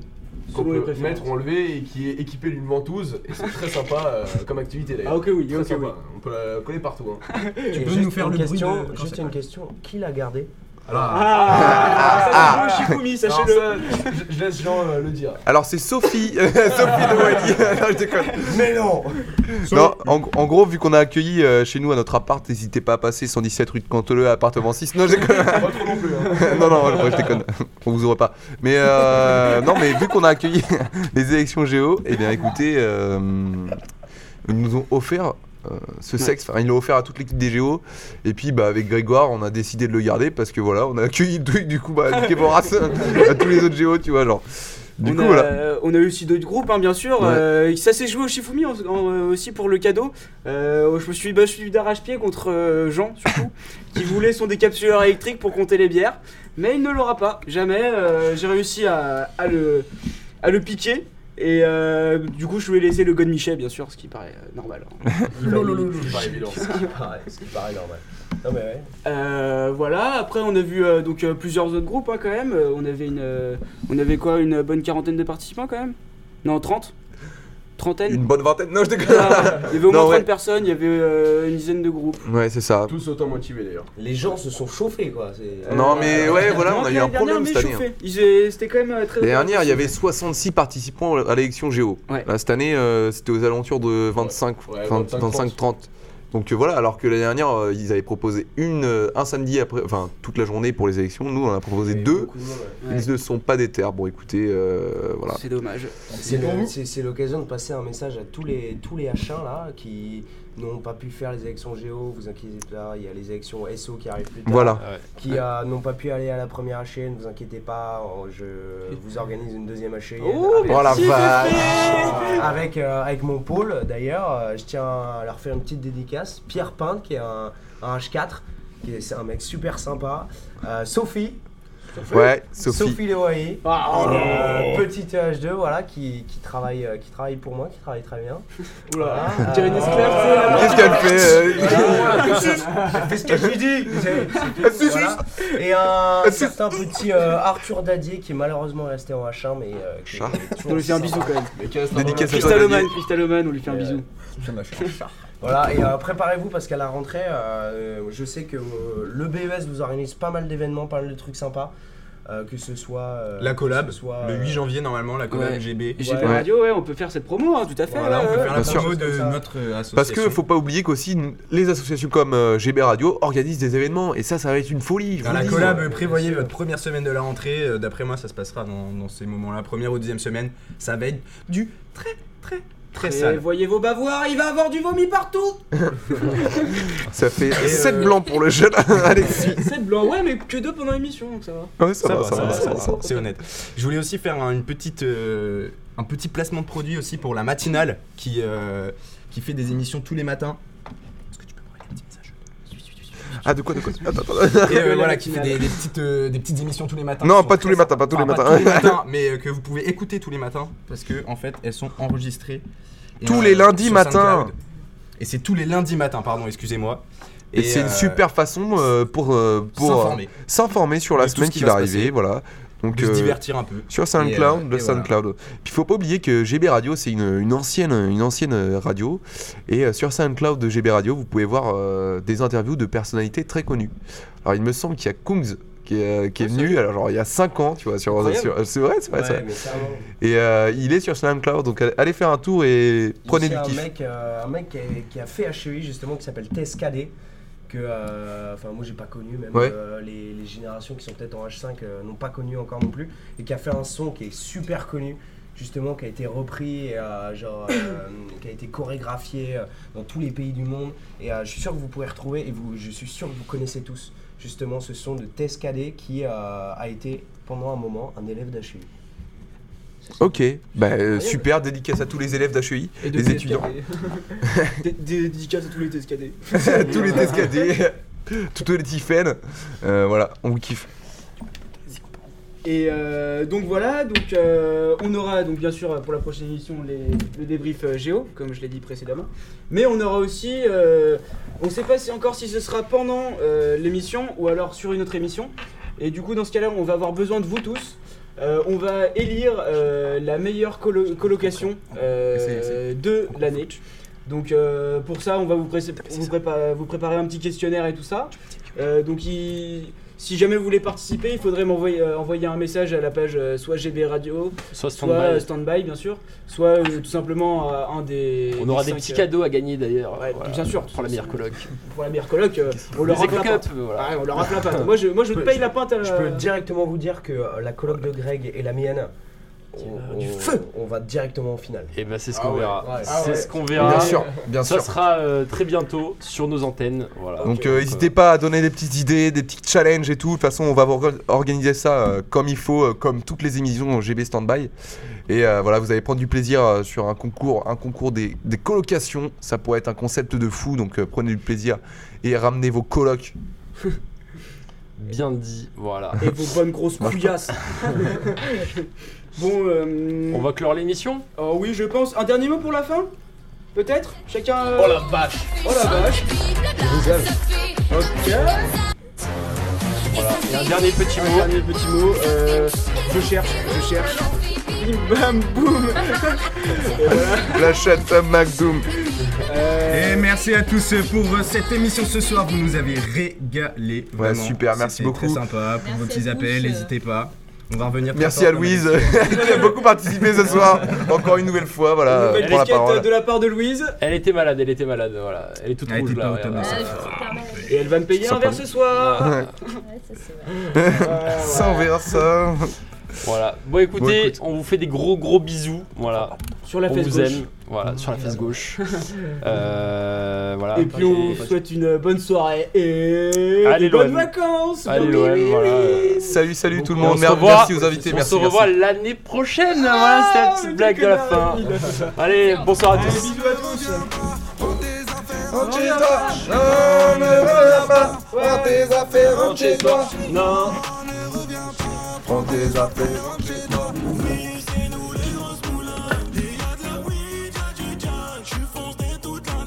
B: Qu'on
C: selon les
B: peut
C: préférences.
B: mettre ou enlever et qui est équipé d'une venteuse. Et c'est très sympa euh, comme activité d'ailleurs.
C: Ah ok oui,
B: Très
C: ok oui.
B: sympa. On peut la coller partout. hein.
E: Tu
I: peux nous faire le bruit
E: question,
I: de- quand
E: Juste
I: c'est-
E: une question, qui l'a gardé
C: Ah, ça c'est beau Shifumi,
B: Alors
C: Ah, sachez-le.
B: ça, je, je laisse Jean euh, le dire.
A: Alors, c'est Sophie, [LAUGHS] Sophie Noëli. [LAUGHS] Non, je déconne.
E: Mais non
A: Non, en, en gros, vu qu'on a accueilli euh, chez nous à notre appart, n'hésitez pas à passer 117 rue de Canteleu, appartement 6. Non, je déconne.
B: Pas trop non plus.
C: [LAUGHS]
B: hein.
A: [LAUGHS] non, non, je, je déconne. [LAUGHS] On vous aura pas. Mais euh, non, mais vu qu'on a accueilli [LAUGHS] les élections Géo, eh bien écoutez, euh, ils nous ont offert euh, ce sexe. Enfin, ils l'ont offert à toute l'équipe des Géo. Et puis, bah, avec Grégoire, on a décidé de le garder parce que voilà, on a accueilli le truc. Du coup, bah, niquez vos races [LAUGHS] à tous les autres Géo, tu vois, genre. Du
C: on,
A: coup,
C: a,
A: voilà.
C: on a eu aussi d'autres groupes, hein, bien sûr.
A: Ouais.
C: Euh, ça s'est joué au Shifumi en- en- euh, aussi pour le cadeau. Euh, je me suis bah, je suis d'arrache-pied contre euh, Jean,
A: [LAUGHS]
C: surtout, qui voulait son décapsuleur électrique pour compter les bières. Mais il ne l'aura pas, jamais. Euh, J'ai réussi à, à le, à le piquer. Et euh, du coup, je lui ai laissé le God Michet, bien sûr, ce qui paraît euh, normal. hein.
A: [LAUGHS]
B: C'est pas évident.
E: Ce qui paraît, ce qui paraît normal. Non mais ouais.
C: Euh, voilà, après on a vu euh, donc euh, plusieurs autres groupes hein, quand même. Euh, on avait une euh, on avait quoi une bonne quarantaine de participants quand même Non, 30 Trentaine
A: Une bonne vingtaine. Non, je déconne.
C: Ah, Il y avait au moins
A: Non,
C: 30
A: ouais.
C: personnes, il y avait euh, une dizaine de groupes.
A: Ouais, c'est ça.
B: Tous autant motivés d'ailleurs.
E: Les gens se sont chauffés quoi. c'est- euh,
A: Non, mais ouais, voilà, on a eu un
C: L'année dernière,
A: problème
C: mais
A: cette année. hein.
C: chauffé. Ils étaient- C'était quand même euh, très.
A: L'année dernière, il y avait 66 participants à l'élection Géo.
C: Ouais.
A: Là, cette année, euh, c'était aux alentours de 25,
B: Ouais,
A: 25-30. Donc euh, voilà, alors que l'année dernière, euh, ils avaient proposé une, euh, un samedi après, enfin toute la journée pour les élections. Nous, on en a proposé deux.
C: Ouais.
A: Ils ne sont pas déterres. Bon, écoutez, euh, voilà.
C: C'est dommage.
E: C'est le- C'est c'est l'occasion de passer un message à tous les, tous les H1 là qui n'ont pas pu faire les élections Géo, vous inquiétez pas, il y a les élections SO qui arrivent
C: Bah,
E: plus tard.
A: Voilà.
E: Qui euh, n'ont pas pu aller à la première HE, ne vous inquiétez pas, oh, je vous organise une deuxième HE. avec,
A: Oh la vache
C: Ah.
E: avec, euh, avec mon pôle d'ailleurs, euh, je tiens à leur faire une petite dédicace. Pierre Pinte qui est un, un H4, qui est c'est un mec super sympa. Euh, Sophie.
A: Ouais, Sophie.
E: Leroy.
C: Ah, oh
E: Euh, petite H2 voilà qui, qui travaille euh, qui travaille pour moi qui travaille très bien
C: Oula.
E: Voilà,
C: Tiens, une
E: euh,
C: esclave, c'est là-bas.
A: Qu'est-ce qu'elle fait
E: [LAUGHS]
A: euh,
E: Fais ce que je lui dis Voilà. et un certain petit euh, Arthur Dadier qui est malheureusement resté en H1 mais euh, qui est
A: Chat.
E: toujours
C: On lui fait un
E: aussi
C: bisou
E: sympa.
C: quand même.
A: Dédicace à toi.
C: Crystaloman,
A: Daniel.
C: Crystaloman, on lui fait un bisou.
E: voilà et euh, préparez-vous parce qu'à la rentrée euh, je sais que euh, le BES vous organise pas mal d'événements pas mal de trucs sympas euh, que ce soit euh,
I: La collab,
E: que ce soit,
I: Le 8
E: euh,
I: janvier, normalement, la collab
C: Ouais.
I: GB.
C: J'ai
E: Ouais.
C: fait radio, ouais, on peut faire cette promo, hein, tout à fait.
I: Voilà, on peut
C: ouais,
I: faire la
A: Bien
I: promo
E: sûr.
I: de
E: Comme ça.
I: notre euh, association.
A: Parce que faut pas oublier qu'aussi n- les associations comme euh, GB Radio organisent des événements et ça, ça va être une folie. je
I: Dans
A: vous
I: la
A: le dis.
I: collab, euh,
E: ouais,
I: prévoyez
E: bien sûr.
I: votre première semaine de la rentrée. euh, D'après moi, ça se passera dans, dans ces moments-là. Première ou deuxième semaine, ça va être du très, très, très
C: ouais. Et
I: sale.
C: voyez vos bavoirs, il va avoir du vomi partout [LAUGHS]
A: Ça fait
I: Et,
A: 7
I: euh,
A: blancs pour le jeune [LAUGHS] Alexis.
C: C'est blanc, ouais, mais que deux pendant l'émission, donc ça va.
A: Ouais, ça, va, ça va, ça
I: ça
A: va, ça va.
I: c'est honnête. Je voulais aussi faire un- une petite, euh, un petit placement de produit aussi pour la matinale qui, euh, qui fait des émissions tous les matins. Est-ce que tu peux me relayer un petit message
A: Ah, de quoi, de quoi Attends, attends.
I: Et euh,
C: la
I: voilà, qui fait
C: matinale.
I: des, des petites, euh, des petites émissions tous les matins. qui
A: Non,
I: sont
A: pas tous
I: très
A: les matins, pas tous les
I: Enfin, pas
A: matins. [LAUGHS]
I: matins, [LAUGHS] mais euh, que vous pouvez écouter tous les matins parce que en fait elles sont enregistrées. et, euh,
A: Tous les lundis
I: sur
A: matin.
I: SoundCloud. Et c'est tous les lundis matins, pardon, excusez-moi.
A: Et c'est
I: euh,
A: une super façon euh, pour euh, pour, euh,
I: s'informer,
A: s'informer sur la
I: De tout
A: semaine
I: ce qui
A: qui va
I: va se
A: arriver,
I: passer.
A: voilà. Donc
I: de se
A: euh,
I: divertir un peu.
A: sur SoundCloud,
I: Et, euh,
A: le
I: et voilà.
A: SoundCloud. Puis faut pas oublier que GB Radio c'est une, une ancienne une ancienne euh, radio et euh, sur SoundCloud de GB Radio vous pouvez voir euh, des interviews de personnalités très connues. Alors il me semble qu'il y a Kungs qui est, euh,
I: Ah,
A: qui est venu alors genre il y a 5 ans tu vois sur, sur- c'est vrai c'est vrai,
E: ouais,
A: c'est vrai.
E: mais ça, bon.
A: et euh, il est sur SoundCloud donc allez faire un tour et prenez
E: Ici,
A: du
E: un
A: kiff
E: Mec, euh, un mec qui a, qui a fait HEI justement qui s'appelle TSKD. Que, euh, enfin, moi j'ai pas connu, même
A: Ouais.
E: euh, les, les générations qui sont peut-être en H5 euh, n'ont pas connu encore non plus, et qui a fait un son qui est super connu, justement, qui a été repris, et, euh, genre, euh, qui a été chorégraphié euh, dans tous les pays du monde, et euh, je suis sûr que vous pourrez retrouver, et vous, je suis sûr que vous connaissez tous, justement, ce son de TSKD qui euh, a été pendant un moment un élève E d'HEI.
A: Ok, bah, euh, super, dédicace à tous les élèves E d'HEI,
C: Et de
A: les
C: TSKD.
A: étudiants,
C: [LAUGHS] Dé- dé- Dédicace à tous les TSKD.
A: [LAUGHS] tous les TSKD, toutes les Tiffen, Euh, voilà, on vous kiffe.
C: Et euh, donc voilà, donc euh, on aura donc bien sûr pour la prochaine émission les- le débrief euh, géo, comme je l'ai dit précédemment. Mais on aura aussi, euh, on ne sait pas si encore si ce sera pendant euh, l'émission ou alors sur une autre émission. Et du coup dans ce cas-là, on va avoir besoin de vous tous. Euh, on va élire euh, la meilleure collo- colocation euh, de l'année. Donc euh, pour ça, on va vous, pré- vous, prépa- vous préparer un petit questionnaire et tout ça. Euh, donc il- si jamais vous voulez participer, il faudrait m'envoyer euh, envoyer un message à la page euh, soit GB Radio,
G: Soit
C: soit euh, Standby bien sûr, soit euh, tout simplement à un des.
G: On aura des
C: cinq,
G: petits
C: euh,
G: cadeaux à gagner d'ailleurs.
C: Ouais,
G: Voilà.
C: bien sûr.
G: Pour la meilleure coloc.
C: Pour la meilleure coloc, euh, on leur
G: Les
C: offre la
G: éco-cups,
C: pinte.
G: voilà.
C: Ah ouais, on leur offre la pinte. Moi je, moi, je
E: Je peux-
C: paye la pinte à
G: Euh,
C: la.
E: Je peux directement vous dire que euh, la colloque de Greg et la mienne, on,
G: du
E: on-
G: feu.
E: on va directement en finale.
G: Et bah c'est ce
B: Ah
G: qu'on
B: ouais,
G: verra.
E: ouais.
B: Ah
G: c'est
B: ouais.
G: ce qu'on verra.
A: Bien sûr, bien
G: Ça
A: sûr.
G: sera euh, très bientôt sur nos antennes. Voilà.
A: Donc euh, n'hésitez pas à donner des petites idées, des petits challenges et tout, de toute façon on va vous orga- organiser ça euh, comme il faut, euh, comme toutes les émissions au GB Standby. Et euh, voilà, vous allez prendre du plaisir euh, sur un concours, un concours des, des colocations, ça pourrait être un concept de fou, donc euh, prenez du plaisir et ramenez vos colocs.
G: Bien dit, voilà.
C: Et vos bonnes grosses
G: [LAUGHS]
C: couillasses. bon. euh,
G: On va clore l'émission
C: Oh oui, je pense. Un dernier mot pour la fin Peut-être Chacun. euh,
B: Oh la vache
C: Oh la vache
G: Voilà. Et un dernier petit
C: Un
G: mot.
C: dernier petit mot. euh, je cherche, je cherche. Bim bam boum
A: La chatte à McDoom.
C: Euh,
I: Et merci à tous pour euh, cette émission ce soir. Vous nous avez régalé. Vraiment.
A: super, merci
I: C'était
A: beaucoup.
I: Très sympa pour
F: Merci
I: vos
F: à
I: petits
F: tous,
I: appels.
F: euh.
I: N'hésitez pas. On va revenir. très
A: Merci
I: fort
A: à
I: dans la
A: Louise [LAUGHS]
I: discussion.
A: qui a beaucoup participé ce soir. Encore une nouvelle fois,
G: Euh,
A: voilà,
C: Nouvelle
A: pour la
C: casquette
A: parole.
C: de la part de Louise.
G: Elle était malade, elle était malade, voilà. Elle est toute
I: Elle
G: rouge
I: était
G: là.
I: pas au
G: regarde. Ah.
I: top de
F: Ah,
I: ça.
F: je suis super malade.
C: Et elle va me payer un verre ce soir.
A: Ouais.
F: Ouais, ça, c'est vrai.
A: Ça, on verra ça.
G: Voilà. Bon écoutez,
A: Bon, écoute.
G: on vous fait des gros gros bisous. Voilà.
C: Sur la
G: on
C: fesse
G: vous
C: gauche.
G: aime. Voilà, sur la
C: [LAUGHS]
G: fesse gauche. euh, voilà.
C: Et puis on vous souhaite une bonne soirée et
G: Allez,
C: des bonnes
G: l'OM.
C: vacances.
G: Allez,
C: Bien,
G: l'OM,
C: oui, oui,
G: voilà.
C: oui.
A: Salut, salut tout le
G: Et on
A: monde.
G: se
A: Merci,
G: revoit.
A: merci aux invités.
G: on
A: Merci.
G: se revoit
A: merci.
G: l'année prochaine. hein. voilà, c'était la
C: Ah,
G: petite
C: le
G: blague de la fin.
C: connard, il a fait ça.
G: Allez, bonsoir à
C: Allez,
G: tous.
C: bisous à tous.
A: Rentre chez toi, non, ne reviens pas. Prends tes affaires, rentre chez toi.
C: Non.
A: Prends tes affaires, rentre chez toi.